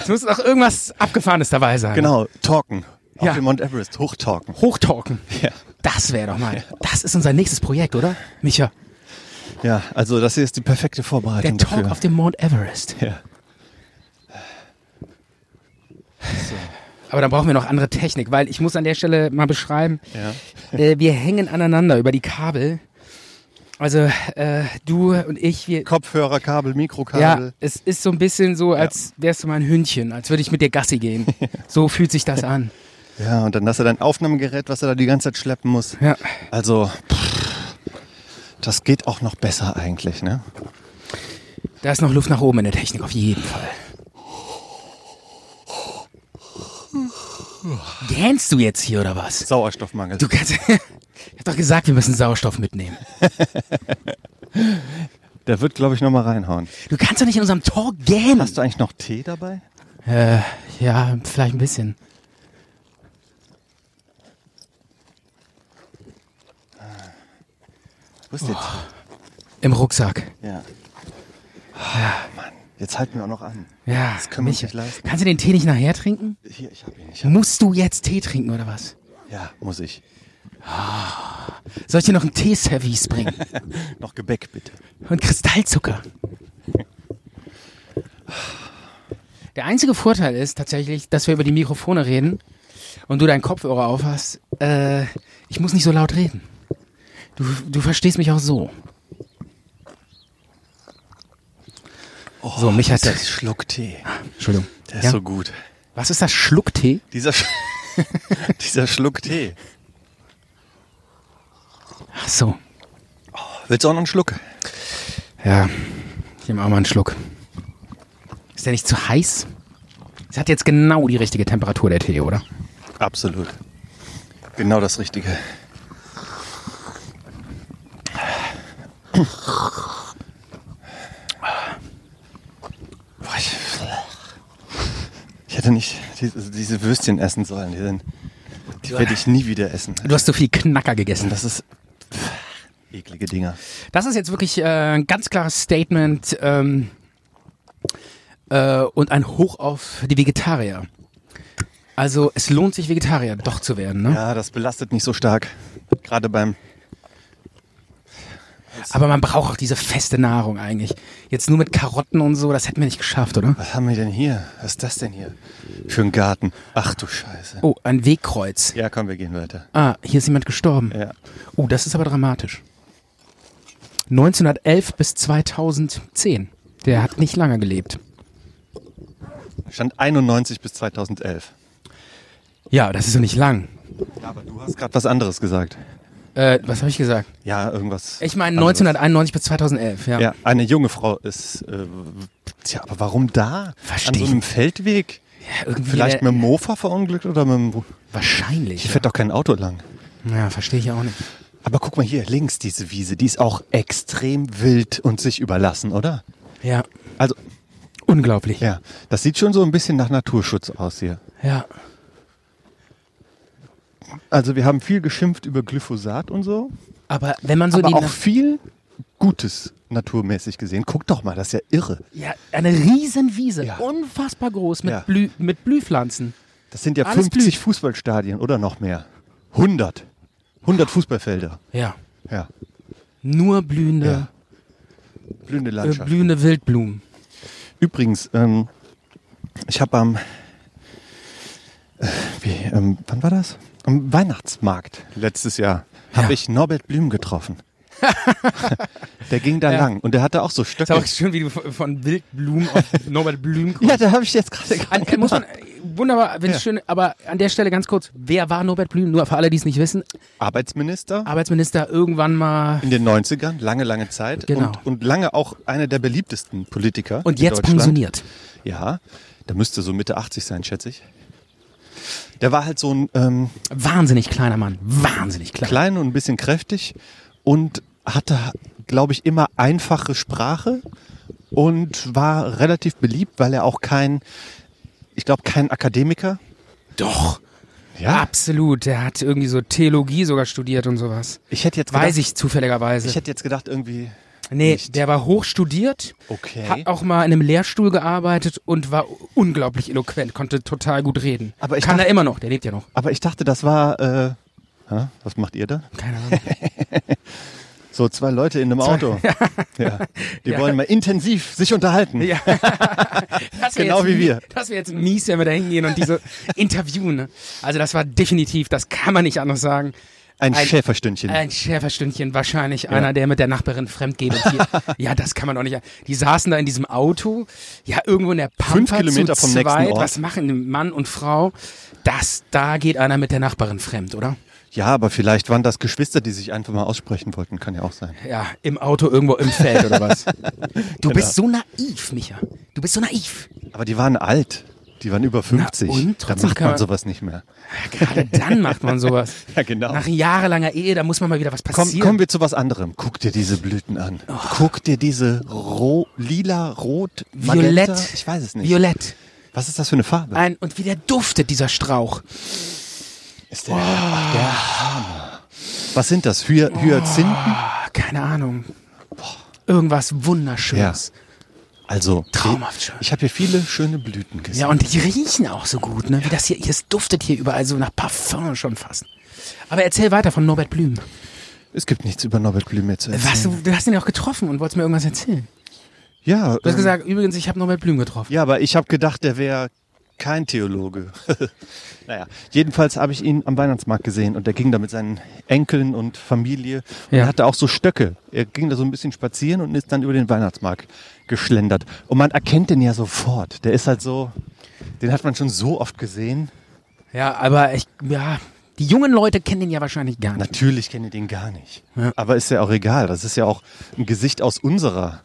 es muss doch irgendwas Abgefahrenes dabei sein.
Genau, talken. Auf
Ja.
den Mount Everest hochtalken.
Hochtalken.
Ja.
Das wäre doch mal. Das ist unser nächstes Projekt, oder? Micha,
ja, also das hier ist die perfekte
der
Vorbereitung
Talk
dafür.
auf dem Mount Everest.
ja.
Aber dann brauchen wir noch andere Technik, weil ich muss an der Stelle mal beschreiben,
Ja.
äh, wir hängen aneinander über die Kabel. Also äh, du und ich, wir,
Kopfhörerkabel,
Ja,
Mikrokabel.
es ist so ein bisschen so, als wärst du mal ein Hündchen, als würde ich mit dir Gassi gehen. So fühlt sich das an.
Ja. und dann hast du dein Aufnahmegerät, was du da die ganze Zeit schleppen musst.
Ja.
Also, pff, das geht auch noch besser eigentlich, ne?
Da ist noch Luft nach oben in der Technik, auf jeden Fall. Gähnst du jetzt hier oder was?
Sauerstoffmangel.
Du kannst. ich hab doch gesagt, wir müssen Sauerstoff mitnehmen.
Der wird, glaube ich, nochmal reinhauen.
Du kannst doch nicht in unserem Tor gähnen.
Hast du eigentlich noch Tee dabei?
Äh, ja, vielleicht ein bisschen.
Wo ist der
Im Rucksack.
Tee? Ja. Ah, Mann, jetzt halten wir auch noch an.
Ja,
Das können wir uns
Micha.
nicht leisten.
Kannst du den Tee nicht nachher trinken?
Hier, ich habe ihn. Ich hab,
Musst du jetzt Tee trinken oder was?
ja, muss ich.
Soll ich dir noch einen Teeservice bringen?
Noch Gebäck bitte.
Und Kristallzucker. Der einzige Vorteil ist tatsächlich, dass wir über die Mikrofone reden und du deinen Kopfhörer auf hast. Äh, ich muss nicht so laut reden. Du, du verstehst mich auch so. so, mich hat
Das Schluck Tee.
Entschuldigung.
Der ist
ja?
so gut.
Was ist das? Schlucktee?
Dieser, Sch dieser Schluck Tee.
Ach so.
Willst du auch noch einen Schluck?
Ja, ich nehme auch mal einen Schluck. Ist der nicht zu heiß? Es hat jetzt genau die richtige Temperatur, der Tee, oder?
Absolut. Genau das Richtige. Boah, Ich ich hätte nicht diese, diese Würstchen essen sollen. Die, sind, die werde ich nie wieder essen.
Du hast so viel Knacker gegessen.
Das ist pff, eklige Dinger.
Das ist jetzt wirklich äh, ein ganz klares Statement ähm, äh, und ein Hoch auf die Vegetarier. Also es lohnt sich, Vegetarier doch zu werden. Ne?
Ja, das belastet nicht so stark. Gerade beim
Aber man braucht auch diese feste Nahrung eigentlich. Jetzt nur mit Karotten und so, das hätten wir nicht geschafft, oder?
Was haben wir denn hier? Was ist das denn hier? Für ein Garten. Ach du Scheiße.
Oh, ein Wegkreuz.
Ja, komm, wir gehen weiter.
Ah, hier ist jemand gestorben.
Ja.
Oh, das ist aber dramatisch. 1911 bis 2010. Der hat nicht lange gelebt.
Stand 91 bis 2011.
Ja, das ist ja nicht lang.
Ja, aber du hast gerade was anderes gesagt.
Äh, was habe ich gesagt?
Ja, irgendwas.
Ich meine
anderes.
1991 bis 2011, ja.
Also Ja, eine junge Frau ist. Äh, tja, aber warum da?
Versteh
An so
ich.
einem Feldweg?
irgendwie
Vielleicht
der-
mit dem Mofa verunglückt oder mit dem.
Wahrscheinlich.
Hier fährt doch kein Auto lang.
Ja, verstehe ich auch nicht.
Aber guck mal hier, links diese Wiese, die ist auch extrem wild und sich überlassen, oder?
Ja,
Also,
unglaublich.
ja, das sieht schon so ein bisschen nach Naturschutz aus hier.
Ja.
Also wir haben viel geschimpft über Glyphosat und so,
Aber wenn man so
aber
die.
auch viel Gutes naturmäßig gesehen. Guck doch mal, das ist ja irre.
ja, eine riesen Wiese,
Ja.
unfassbar groß, mit,
Ja.
Blü mit Blühpflanzen.
Das sind ja
Alles
50
blüht.
Fußballstadien oder noch mehr. 100. 100 Fußballfelder.
Ja.
Ja.
Nur blühende,
Blühende
äh,
Landschaft.
blühende Wildblumen.
Übrigens, ähm, ich habe am äh, wie, ähm, wann war das? Am Weihnachtsmarkt letztes Jahr habe
Ja.
ich Norbert Blüm getroffen. der ging da lang und der hatte auch so
Ist auch
Stöcke.
schön, wie du von von Wildblumen auf Norbert Blüm kommst.
Ja, da habe ich jetzt gerade
An, äh, muss man, äh, wunderbar, wenn
Ja.
schön, aber an der Stelle ganz kurz, wer war Norbert Blüm? Nur für alle, die es nicht wissen,
Arbeitsminister
Arbeitsminister irgendwann mal
in den 90ern, lange, lange Zeit
Genau.
und, und lange auch einer der beliebtesten Politiker.
und
in
jetzt
Deutschland.
pensioniert.
Ja, der müsste so Mitte 80 sein, schätze ich. Der war halt so ein ähm,
Wahnsinnig kleiner Mann, wahnsinnig klein.
klein und ein bisschen kräftig und hatte, glaube ich, immer einfache Sprache und war relativ beliebt, weil er auch kein, ich glaube, kein Akademiker.
Doch.
Ja,
Absolut, der hat irgendwie so Theologie sogar studiert und sowas.
ich hätte jetzt gedacht,
Weiß ich zufälligerweise.
ich hätte jetzt gedacht irgendwie
Nee,
Nicht.
der war hochstudiert,
Okay.
hat auch mal in einem Lehrstuhl gearbeitet und war unglaublich eloquent, konnte total gut reden.
Aber ich
Kann
dachte-
er immer noch, der lebt ja noch.
Aber ich dachte, das war. Äh, hä? was macht ihr da?
Keine Ahnung.
So zwei Leute in einem Auto. ja. Die
Ja.
wollen mal intensiv sich unterhalten.
Ja. Das wär
Genau
jetzt
wie
mies-
wir.
Das wäre jetzt mies, wenn wir da hingehen und diese interviewen. Ne? Also das war definitiv, das kann man nicht anders sagen.
Ein,
Ein-
Schäferstündchen.
Ein Schäferstündchen, wahrscheinlich einer, der mit der Nachbarin fremdgeht. und hier- ja, das kann man doch nicht. Die saßen da in diesem Auto, ja, irgendwo in der Pampa
Kilometer
zu
vom
zweit.
nächsten Ort.
Was machen Mann und Frau? Das, da geht einer mit der Nachbarin fremd, oder?
ja, aber vielleicht waren das Geschwister, die sich einfach mal aussprechen wollten. Kann ja auch sein.
Ja, im Auto irgendwo im Feld oder was? Du bist so
Genau.
naiv, Micha. Du bist so naiv.
Aber die waren alt. Die waren über 50.
und?
da
Trotzdem
macht
kann
man
man-
sowas nicht mehr.
Gerade dann macht man sowas.
Ja, genau.
Nach jahrelanger Ehe, da muss man mal wieder was
Komm,
passieren.
kommen wir zu was anderem. Guck dir diese Blüten an.
Oh.
Guck dir diese ro lila, rot, magenta.
Violett.
Ich weiß es nicht.
Violett.
Was ist das für eine Farbe?
Ein, und wie der duftet, dieser Strauch.
Ist der, ach, der Hammer. Was sind das? Hy Hyazinthen?
Ah, keine Ahnung. Irgendwas Wunderschönes.
Also
Traumhaft schön.
Ich habe hier viele schöne Blüten gesehen.
Ja. und die riechen auch so gut, ne? Wie das hier, hier- es duftet hier überall so nach Parfum schon fast. Aber erzähl weiter von Norbert Blüm.
Es gibt nichts über Norbert Blüm mehr zu erzählen.
Was, du, du hast ihn ja auch getroffen und wolltest mir irgendwas erzählen.
Ja,
Du hast
ähm,
gesagt, übrigens, ich habe Norbert Blüm getroffen.
ja, aber ich habe gedacht, der wäre kein Theologe. naja, jedenfalls habe ich ihn am Weihnachtsmarkt gesehen und er ging da mit seinen Enkeln und Familie und
Ja.
er hatte auch so Stöcke. Er ging da so ein bisschen spazieren und ist dann über den Weihnachtsmarkt geschlendert. Und man erkennt den ja sofort. Der ist halt so, den hat man schon so oft gesehen.
Ja, aber ich, ja, die jungen Leute kennen ihn ja wahrscheinlich gar nicht.
Natürlich kenne ich den gar nicht. Aber ist ja auch egal. Das ist ja auch ein Gesicht aus unserer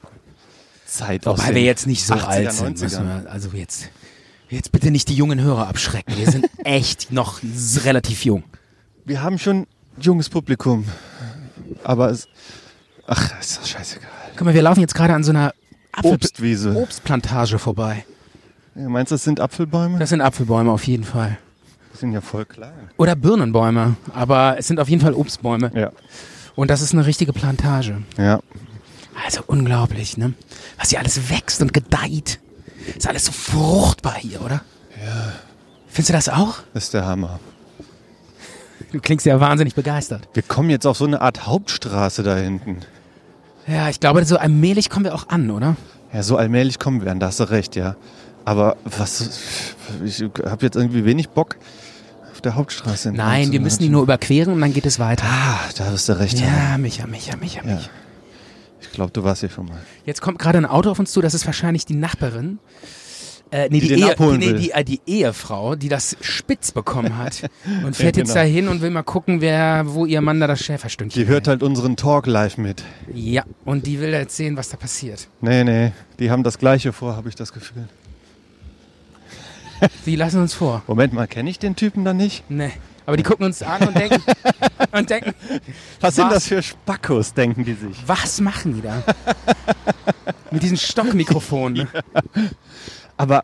Zeit. aus
Wobei
den
wir jetzt nicht so
80er,
alt sind.
90ern.
Müssen wir, also jetzt, jetzt bitte nicht die jungen Hörer abschrecken. Wir sind echt noch s- relativ jung.
Wir haben schon junges Publikum. Aber es. Ach, ist doch scheißegal.
Guck mal, wir laufen jetzt gerade an so einer Apfel
Obstwiese.
Obstplantage vorbei.
Ja, meinst du, das sind Apfelbäume?
Das sind Apfelbäume auf jeden Fall.
Die sind ja voll klein.
Oder Birnenbäume, aber es sind auf jeden Fall Obstbäume.
Ja.
Und das ist eine richtige Plantage.
Ja.
Also unglaublich, ne? Was hier alles wächst und gedeiht. Ist alles so fruchtbar hier, oder? Ja. Findest du das auch?
Das ist der Hammer.
Du klingst ja wahnsinnig begeistert.
Wir kommen jetzt auf so eine Art Hauptstraße da hinten.
Ja, ich glaube, so allmählich kommen wir auch an, oder?
Ja, so allmählich kommen wir an, da hast du recht, ja. Aber was. Ich habe jetzt irgendwie wenig Bock auf der Hauptstraße. entlang
Nein,
zu
wir müssen die
latschen.
nur überqueren und dann geht es weiter.
Ah, da hast du recht. Hammer.
Ja, Micha, Micha, Micha, Micha.
Ja. Ich glaube, du warst hier schon mal.
Jetzt kommt gerade ein Auto auf uns zu, das ist wahrscheinlich die Nachbarin. Äh, nee,
Die
die,
den
Ehe,
abholen
nee,
will.
die, äh, die Ehefrau, die das spitz bekommen hat und fährt
Ja,
jetzt
genau.
dahin und will mal gucken, wer, wo ihr Mann da das Schäferstündchen
Die hört halt unseren Talk live mit.
hält. Ja, und die will jetzt sehen, was da passiert.
Nee, nee, die haben das Gleiche vor, habe ich das Gefühl.
Die lassen uns vor.
Moment mal, kenne ich den Typen da nicht?
Nee. Aber die gucken uns an und denken, und denken,
Was sind
Was?
das für Spackos, denken die sich.
was machen die da? Mit diesen Stockmikrofonen. Ne?
Aber,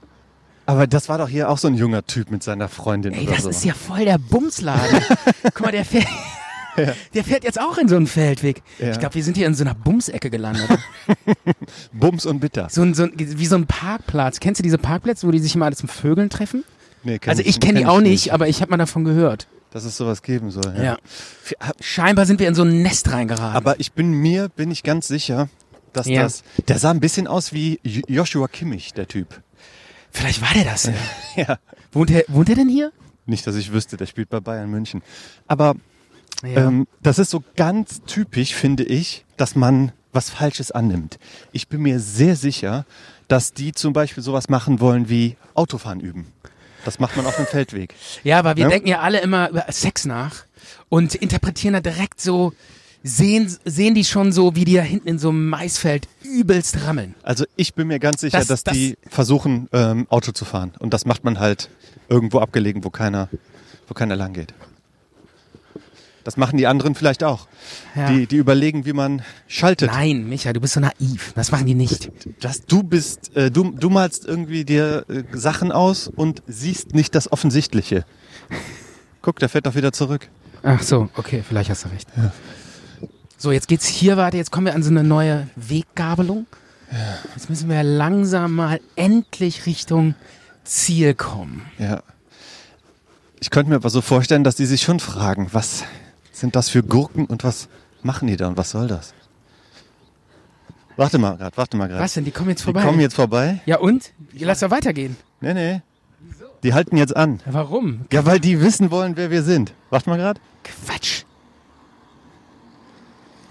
aber das war doch hier auch so ein junger Typ mit seiner Freundin
Ey,
oder
das
so.
ist ja voll der Bumsladen. Guck mal, der fährt, der fährt jetzt auch in so einen Feldweg.
Ja.
Ich glaube, wir sind hier in so einer Bumsecke gelandet.
Bums und Bitter.
So ein, so ein, wie so ein Parkplatz. Kennst du diese Parkplätze, wo die sich immer alle zum Vögeln treffen?
Nee, kenn
Also ich kenne die
kenn
auch nicht, aber ich habe mal davon gehört.
Dass es sowas geben soll. Ja.
Ja. Scheinbar sind wir in so ein Nest reingeraten.
Aber ich bin mir, bin ich ganz sicher, dass
Ja.
das... Der sah ein bisschen aus wie Jo- Joshua Kimmich, der Typ.
Vielleicht war der das. Ja.
Ja.
Wohnt, er, wohnt er denn hier?
Nicht, dass ich wüsste, der spielt bei Bayern München. Aber
Ja.
Ähm, das ist so ganz typisch, finde ich, dass man was Falsches annimmt. Ich bin mir sehr sicher, dass die zum Beispiel sowas machen wollen wie Autofahren üben. Das macht man auf dem Feldweg.
ja, aber wir
ja.
denken ja alle immer über Sex nach und interpretieren da direkt so, sehen, sehen die schon so, wie die da hinten in so einem Maisfeld übelst rammeln.
Also ich bin mir ganz sicher,
Das-
dass
das-
die versuchen, ähm, Auto zu fahren. Und das macht man halt irgendwo abgelegen, wo keiner, wo keiner lang geht. Das machen die anderen vielleicht auch.
Ja.
Die, die überlegen, wie man schaltet.
Nein, Micha, du bist so naiv. Das machen die nicht.
dass du bist, äh, du, du malst irgendwie dir äh, Sachen aus und siehst nicht das Offensichtliche. Guck, der fährt doch wieder zurück.
Ach so, okay, vielleicht hast du recht. So, jetzt geht's hier weiter. Jetzt kommen wir an so eine neue Weggabelung. Jetzt müssen wir langsam mal endlich Richtung Ziel kommen.
Ja. Ich könnte mir aber so vorstellen, dass die sich schon fragen, was sind das für Gurken und was machen die da und was soll das? Warte mal gerade, warte mal gerade.
Was denn? Die kommen jetzt
Die
vorbei.
kommen jetzt vorbei?
ja und? Lass doch weitergehen.
Nee, nee. Die halten jetzt an.
Ja, Warum?
Ja, weil die wissen wollen, wer wir sind. Warte mal gerade.
Quatsch.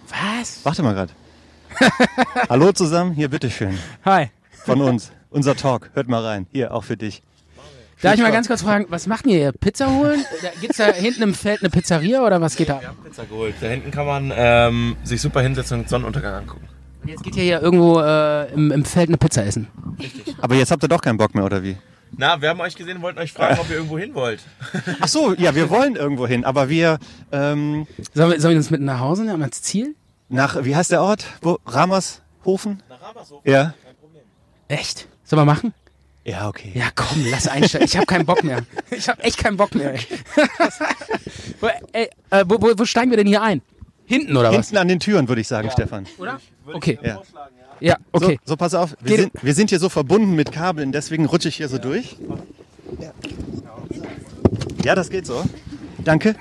Was?
Warte mal gerade. Hallo zusammen, hier bitteschön.
Hi.
Von uns. Unser Talk. Hört mal rein. Hier, auch für dich.
Darf ich mal
Spaß.
ganz kurz fragen, was macht ihr hier? Pizza holen? Da- Gibt's da hinten im Feld eine Pizzeria oder was geht da?
Wir haben Pizza geholt. Da hinten kann man ähm, sich super hinsetzen und Sonnenuntergang angucken.
Jetzt geht ihr hier irgendwo äh, im, im Feld eine Pizza essen.
Aber jetzt habt ihr doch keinen Bock mehr, oder wie?
Na, wir haben euch gesehen, wollten euch fragen, ob ihr irgendwo hin wollt.
Ach so, ja, wir wollen irgendwo hin, aber wir, ähm,
Sollen wir, sollen wir uns mit nach Hause nehmen als Ziel?
nach, wie heißt der Ort? Wo? Ramershofen? Ja.
Echt? Sollen wir machen?
Ja, okay.
Ja, komm, lass einsteigen. Ich habe keinen Bock mehr. Ich habe echt keinen Bock mehr. Ey. wo, ey, äh, wo, wo, wo steigen wir denn hier ein? Hinten oder was?
Hinten an den Türen, würde ich sagen, Stefan.
Oder? Okay.
Ja.
Ja, okay.
So, so pass auf, wir
Geht-
sind, wir sind hier so verbunden mit Kabeln, deswegen rutsche ich hier so durch. Ja, das geht so. Danke.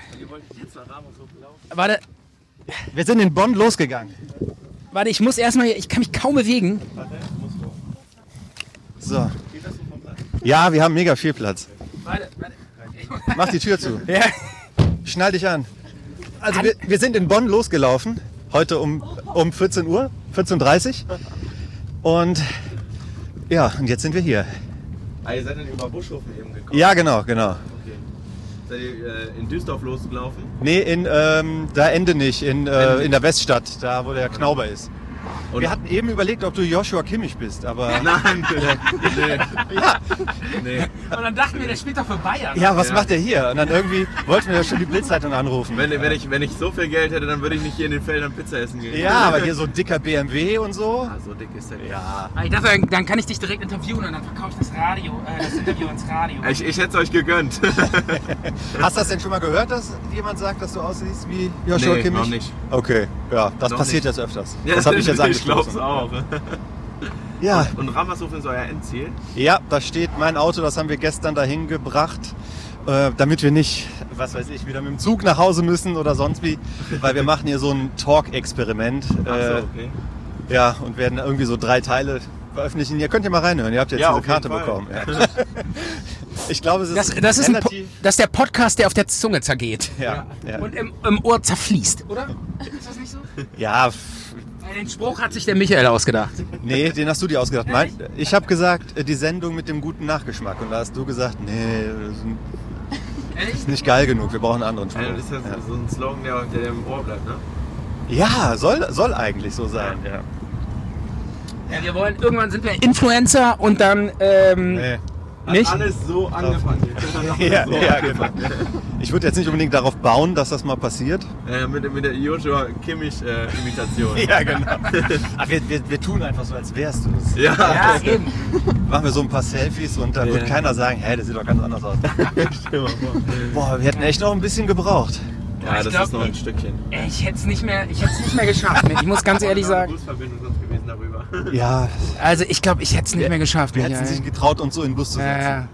Warte,
Wir sind in Bonn losgegangen.
warte, ich muss erstmal hier, ich kann mich kaum bewegen.
So. Ja, wir haben mega viel Platz. Mach die Tür zu.
Ja.
Schnall dich an. Also wir, wir sind in Bonn losgelaufen, heute um, um 14 Uhr, 14.30 Uhr. Und ja, und jetzt sind wir hier.
Ah, ihr seid dann über Buschhofen eben gekommen.
Ja, genau, genau.
Seid ihr äh, in Düsseldorf losgelaufen?
Nee, in, ähm, da Ende nicht, in, äh, in der Weststadt, da wo der Knauber ist.
Und-
wir hatten eben überlegt, ob du Joshua Kimmich bist, aber...
Nein, nee. nee.
Und dann dachten wir, der spielt doch für Bayern.
Ja, was
Ja.
macht er hier? Und dann irgendwie wollten wir ja schon die Blitzzeitung anrufen.
Wenn, wenn, ich, wenn ich so viel Geld hätte, dann würde ich nicht hier in den Feldern Pizza essen gehen.
Ja, aber hier so ein dicker BMW und so.
Ah, so dick ist der.
Ja.
Ich dachte, dann kann ich dich direkt interviewen und dann verkaufe ich das Radio, äh, das Interview ins Radio.
Ich, ich hätte es euch gegönnt.
Hast du das denn schon mal gehört, dass jemand sagt, dass du aussiehst wie Joshua
Nee,
Kimmich?
noch nicht.
Okay, ja, das
Noch
passiert
nicht.
jetzt öfters. das habe ich jetzt
Ich glaube es
angeschlossen.
auch.
Ja,
Und Rammershofen ist euer Endziel?
ja, da steht mein Auto, das haben wir gestern dahin gebracht, äh, damit wir nicht, was weiß ich, wieder mit dem Zug nach Hause müssen oder sonst wie, weil wir machen hier so ein Talk-Experiment.
Ach so,
Äh,
okay.
Ja, und werden irgendwie so drei Teile veröffentlichen. Ihr könnt ja mal reinhören, ihr habt jetzt
Ja,
diese
auf
Karte
jeden Fall.
bekommen. Ja. Ich glaube, es ist
Das, das, ist ein Po-
relativ...
das ist der Podcast, der auf der Zunge zergeht.
Ja, ja.
Und im, im Ohr zerfließt, oder? Ist das nicht so?
ja, f-
Den Spruch hat sich der Michael ausgedacht.
nee, den hast du dir ausgedacht. Nein, ich habe gesagt, äh, die Sendung mit dem guten Nachgeschmack. Und da hast du gesagt, nee, das ist
Ehrlich?
nicht geil genug, wir brauchen einen anderen
Ja, das ist ja
Spruch.
so- so ein Slogan, der, der dir im Ohr bleibt, ne?
Ja, ja soll, soll eigentlich so sein. Ja,
Ja, wir wollen, irgendwann sind wir Influencer und dann, ähm,
Nee.
Hat
Nicht?
alles so angefangen.
ja,
So
ja genau.
angefangen.
Ich würde jetzt nicht unbedingt darauf bauen, dass das mal passiert.
Äh, mit, mit der Joshua äh, Kimmich-Imitation.
Ja, genau. Aber wir, wir, wir tun einfach so, als wärst du es.
ja.
Ja, eben.
machen wir so ein paar Selfies und dann
Ja.
wird keiner sagen, hey, das sieht doch ganz anders aus.
Stell mal vor.
Boah, wir hätten echt noch ein bisschen gebraucht.
ja
Ich
das
glaub
ist noch ein
nicht.
Stückchen.
Ey, Ich hätte es nicht mehr, ich hätte es nicht mehr geschafft. Ich muss ganz ehrlich
Noch eine
sagen.
Busverbindung sonst gewesen darüber.
Ja,
Also ich glaube, ich hätte es nicht mehr geschafft.
wir hätten
Michael.
es nicht getraut, uns so in den Bus zu
ja,
setzen.
ja.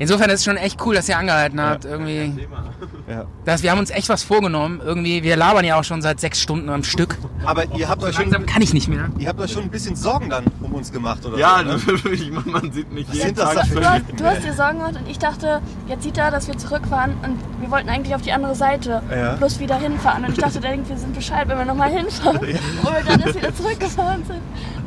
Insofern ist es schon echt cool, dass ihr angehalten habt. Irgendwie,
Thema.
Ja.
dass wir haben uns echt was vorgenommen. Irgendwie, wir labern ja auch schon seit sechs Stunden am Stück.
Aber ihr habt, euch
Langsam
schon,
kann ich nicht mehr.
ihr habt euch schon ein bisschen Sorgen dann um uns gemacht, oder?
Ja,
so, ne?
natürlich, man man sieht nicht jeden
sind das
Tag
für
fünf
Typen?
Du hast, du hast dir Sorgen gemacht und ich dachte, jetzt sieht er, dass wir zurückfahren und wir wollten eigentlich auf die andere Seite
Ja.
bloß wieder hinfahren. Und ich dachte, der denkt, wir sind Bescheid, wenn wir nochmal hinfahren. Und dann ist wieder zurückgefahren sind.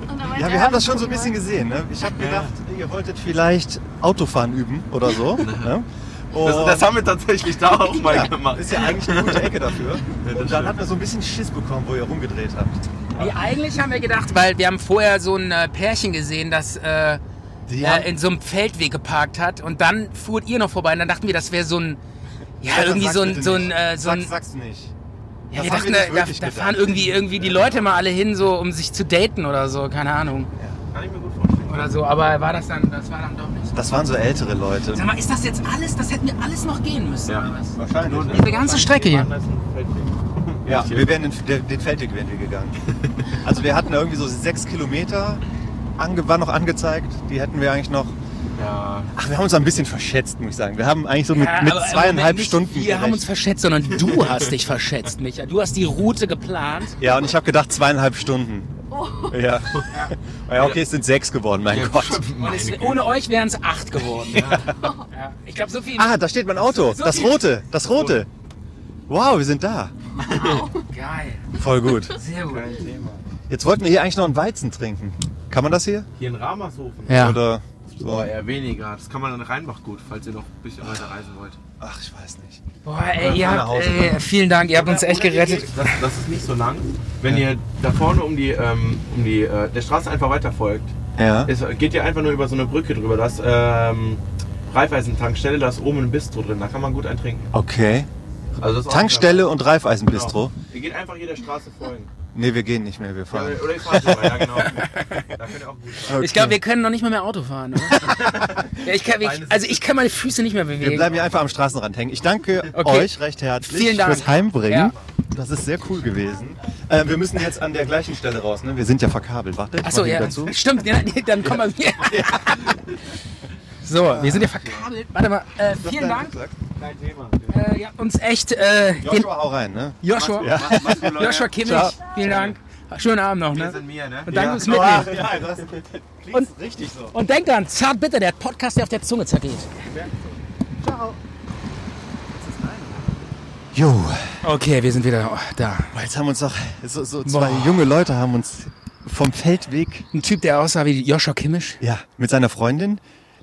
Und dann meinte
Ja,
er,
wir haben das schon so ein
gucken
bisschen
wir.
gesehen. Ne? Ich habe gedacht, ihr wolltet vielleicht Autofahren üben oder so. ne? Und
Das, das haben wir tatsächlich da auch mal
ja,
gemacht.
Ist ja eigentlich eine gute Ecke dafür.
das
Und dann
stimmt.
hat man so ein bisschen Schiss bekommen, wo ihr rumgedreht habt.
Nee, eigentlich haben wir gedacht, weil wir haben vorher so ein äh, Pärchen gesehen, das äh,
Die haben-
äh, in so einem Feldweg geparkt hat und dann fuhrt ihr noch vorbei und dann dachten wir, das wäre so ein ja,
Das
irgendwie
sagst
so
du
ein
bitte
so ein
nicht.
äh, so ein
Sag, sagst du nicht.
ja,
das
wir
haben wir
dachten,
nicht
da, da,
wirklich
da
gedacht.
fahren irgendwie irgendwie die Leute mal alle hin so, um sich zu daten oder so, keine Ahnung,
Kann ich mir gut vorstellen.
oder so, aber war das dann das war dann doch nicht so.
Das waren so ältere Leute.
Sag mal, ist das jetzt alles? Das hätten wir alles noch gehen müssen.
Ja.
oder was?
ne?
Wahrscheinlich.
Diese ganze Strecke hier.
Woanders ein Feldweg.
Ja, Ja, wir wären den, den, den Feldweg wären wir gegangen. Also wir hatten irgendwie so sechs Kilometer, ange, war noch angezeigt, die hätten wir eigentlich noch.
Ja.
Ach, wir haben uns ein bisschen verschätzt, muss ich sagen. Wir haben eigentlich so mit,
Ja,
mit
Äh, aber- aber
zweieinhalb
nicht
Stunden.
Wir haben
gerechnet.
uns verschätzt, sondern du hast dich verschätzt, Micha. Du hast die Route geplant.
ja, und ich habe gedacht zweieinhalb Stunden.
Oh.
Ja. ja, okay, es sind sechs geworden, mein Gott.
Und es, ohne euch wären es acht geworden. Ja. Ja. Ich glaube, so viel.
Ah, da steht mein Auto.
So
Das
viel-
rote, das rote. Wow, wir sind da.
Geil.
Voll gut.
Sehr gut.
Jetzt wollten wir hier eigentlich noch einen Weizen trinken. Kann man das hier?
Hier in Ramershofen.
Ja.
Oder so?
Boah, eher weniger. Das kann man in Rheinbach gut, falls ihr noch ein bisschen weiter reisen wollt.
Ach, ich weiß nicht.
Boah, ey, ihr
nach
habt,
Hause
ey, vielen Dank, ihr habt uns echt
Oder ihr
gerettet.
geht- Das, das ist nicht so lang. Wenn ihr da vorne um die, ähm, um die äh, der Straße einfach weiter folgt,
Ja.
es geht ihr einfach nur über so eine Brücke drüber. Da ist ähm, Reifeisentankstelle, da ist oben ein Bistro drin. Da kann man gut eintrinken.
Okay.
Also das ist auch-
Tankstelle und Reifeisenbistro.
Genau. Ihr geht einfach jeder Straße folgen.
Nee, wir gehen nicht mehr, wir fahren.
Genau. Oder ihr fahrt drüber, ja genau. Da könnt ihr auch gut fahren.
Okay.
Ich glaube, wir können noch nicht mal mehr Auto fahren. Oder? ja, ich kann, ich, also ich kann meine Füße nicht mehr bewegen.
wir bleiben hier einfach am Straßenrand hängen. Ich danke
Okay.
euch recht herzlich
Vielen Dank.
fürs Heimbringen.
Ja.
Das ist sehr cool gewesen. Äh, wir müssen jetzt an der gleichen Stelle raus, ne? Wir sind ja verkabelt. Warte, ich
Achso,
mach die
ja.
dazu.
Stimmt, ja, nee, dann komm mal hier. So, wir sind ja verkabelt. Warte mal, äh, vielen Dank.
Kein Thema.
Äh, ihr habt uns echt äh, den
Joshua, hau rein, ne?
Joshua,
Mach's gut, Leute.
Joshua Kimmich,
Ciao.
vielen Dank. Schönen Abend noch,
Wir
ne?
sind mir, ne?
Und danke fürs
Ja,
Mitnehmen.
das klingt
Und-
richtig so.
Und denkt dran, zart bitte, der Podcast, der auf der Zunge zergeht.
Jo,
Okay, wir sind wieder da.
jetzt haben uns doch so, so zwei junge Leute haben uns vom Feldweg,
Ein Typ, der aussah wie Joshua Kimmich.
ja, mit seiner Freundin,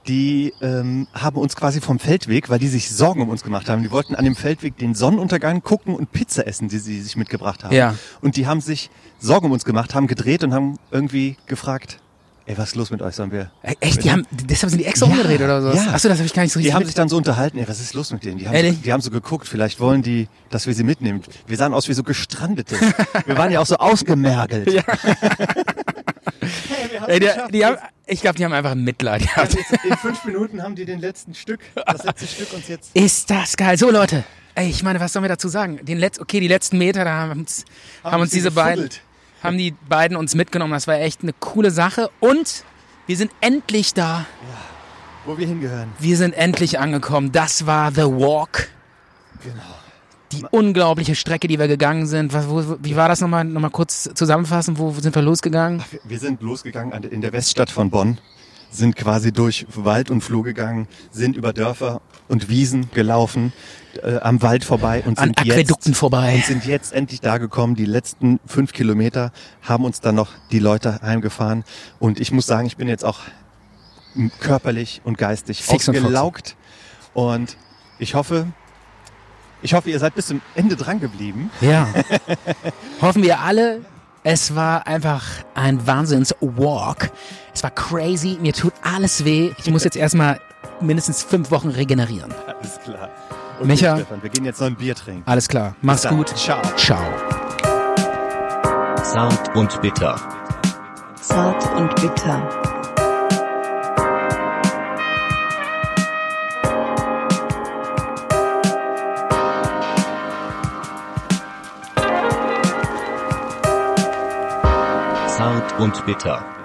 die ähm, haben uns quasi vom Feldweg, weil die sich Sorgen um uns gemacht haben. Die wollten an dem Feldweg den Sonnenuntergang gucken und Pizza essen, die sie sich mitgebracht haben.
Ja.
Und die haben sich Sorgen um uns gemacht, haben gedreht und haben irgendwie gefragt, ey, was ist los mit euch? Sollen wir?
Äh, Echt, die haben, deshalb sind die extra umgedreht oder so.
ja.
Achso, das habe ich gar nicht so
Die
richtig
haben sich dann so unterhalten, ey, was ist los mit denen? Die haben, so,
Ehrlich?
die haben so geguckt, vielleicht wollen die, dass wir sie mitnehmen. Wir sahen aus wie so Gestrandete. wir waren ja auch so ausgemergelt.
Ey, der, die haben, ich glaube, die haben einfach Mitleid gehabt.
Also In fünf Minuten haben die den letzten Stück, das letzte Stück uns jetzt.
Ist das geil. So, Leute. Ey, ich meine, was sollen wir dazu sagen? Den Letz okay, die letzten Meter, da haben uns, haben uns
sie
diese beiden,
gefuddelt.
haben die beiden uns mitgenommen. Das war echt eine coole Sache. Und wir sind endlich da.
Wo wir hingehören.
Wir sind endlich angekommen. Das war The Walk. Genau. Die unglaubliche Strecke, die wir gegangen sind. Was, wo, wie war das nochmal, nochmal kurz zusammenfassen? Wo sind wir losgegangen?
Wir sind losgegangen an- in der Weststadt von Bonn, sind quasi durch Wald und Floh gegangen, sind über Dörfer und Wiesen gelaufen, äh, am Wald vorbei und
An
sind
Aquädukten
jetzt,
vorbei.
und sind jetzt endlich da gekommen. Die letzten fünf Kilometer haben uns dann noch die Leute heimgefahren. Und ich muss sagen, ich bin jetzt auch m- körperlich und geistig
Fix und
ausgelaugt. Und ich hoffe, ich hoffe, ihr seid bis zum Ende dran geblieben.
Ja. Hoffen wir alle. Es war einfach ein Wahnsinns-Walk. Es war crazy. Mir tut alles weh. Ich muss jetzt erstmal mindestens fünf Wochen regenerieren.
Alles klar. Und
Micha.
Stefan, wir gehen jetzt noch ein Bier trinken.
Alles klar. Mach's
Dann.
gut.
Ciao.
Ciao.
Zart und bitter.
Zart und bitter.
Zart und bitter.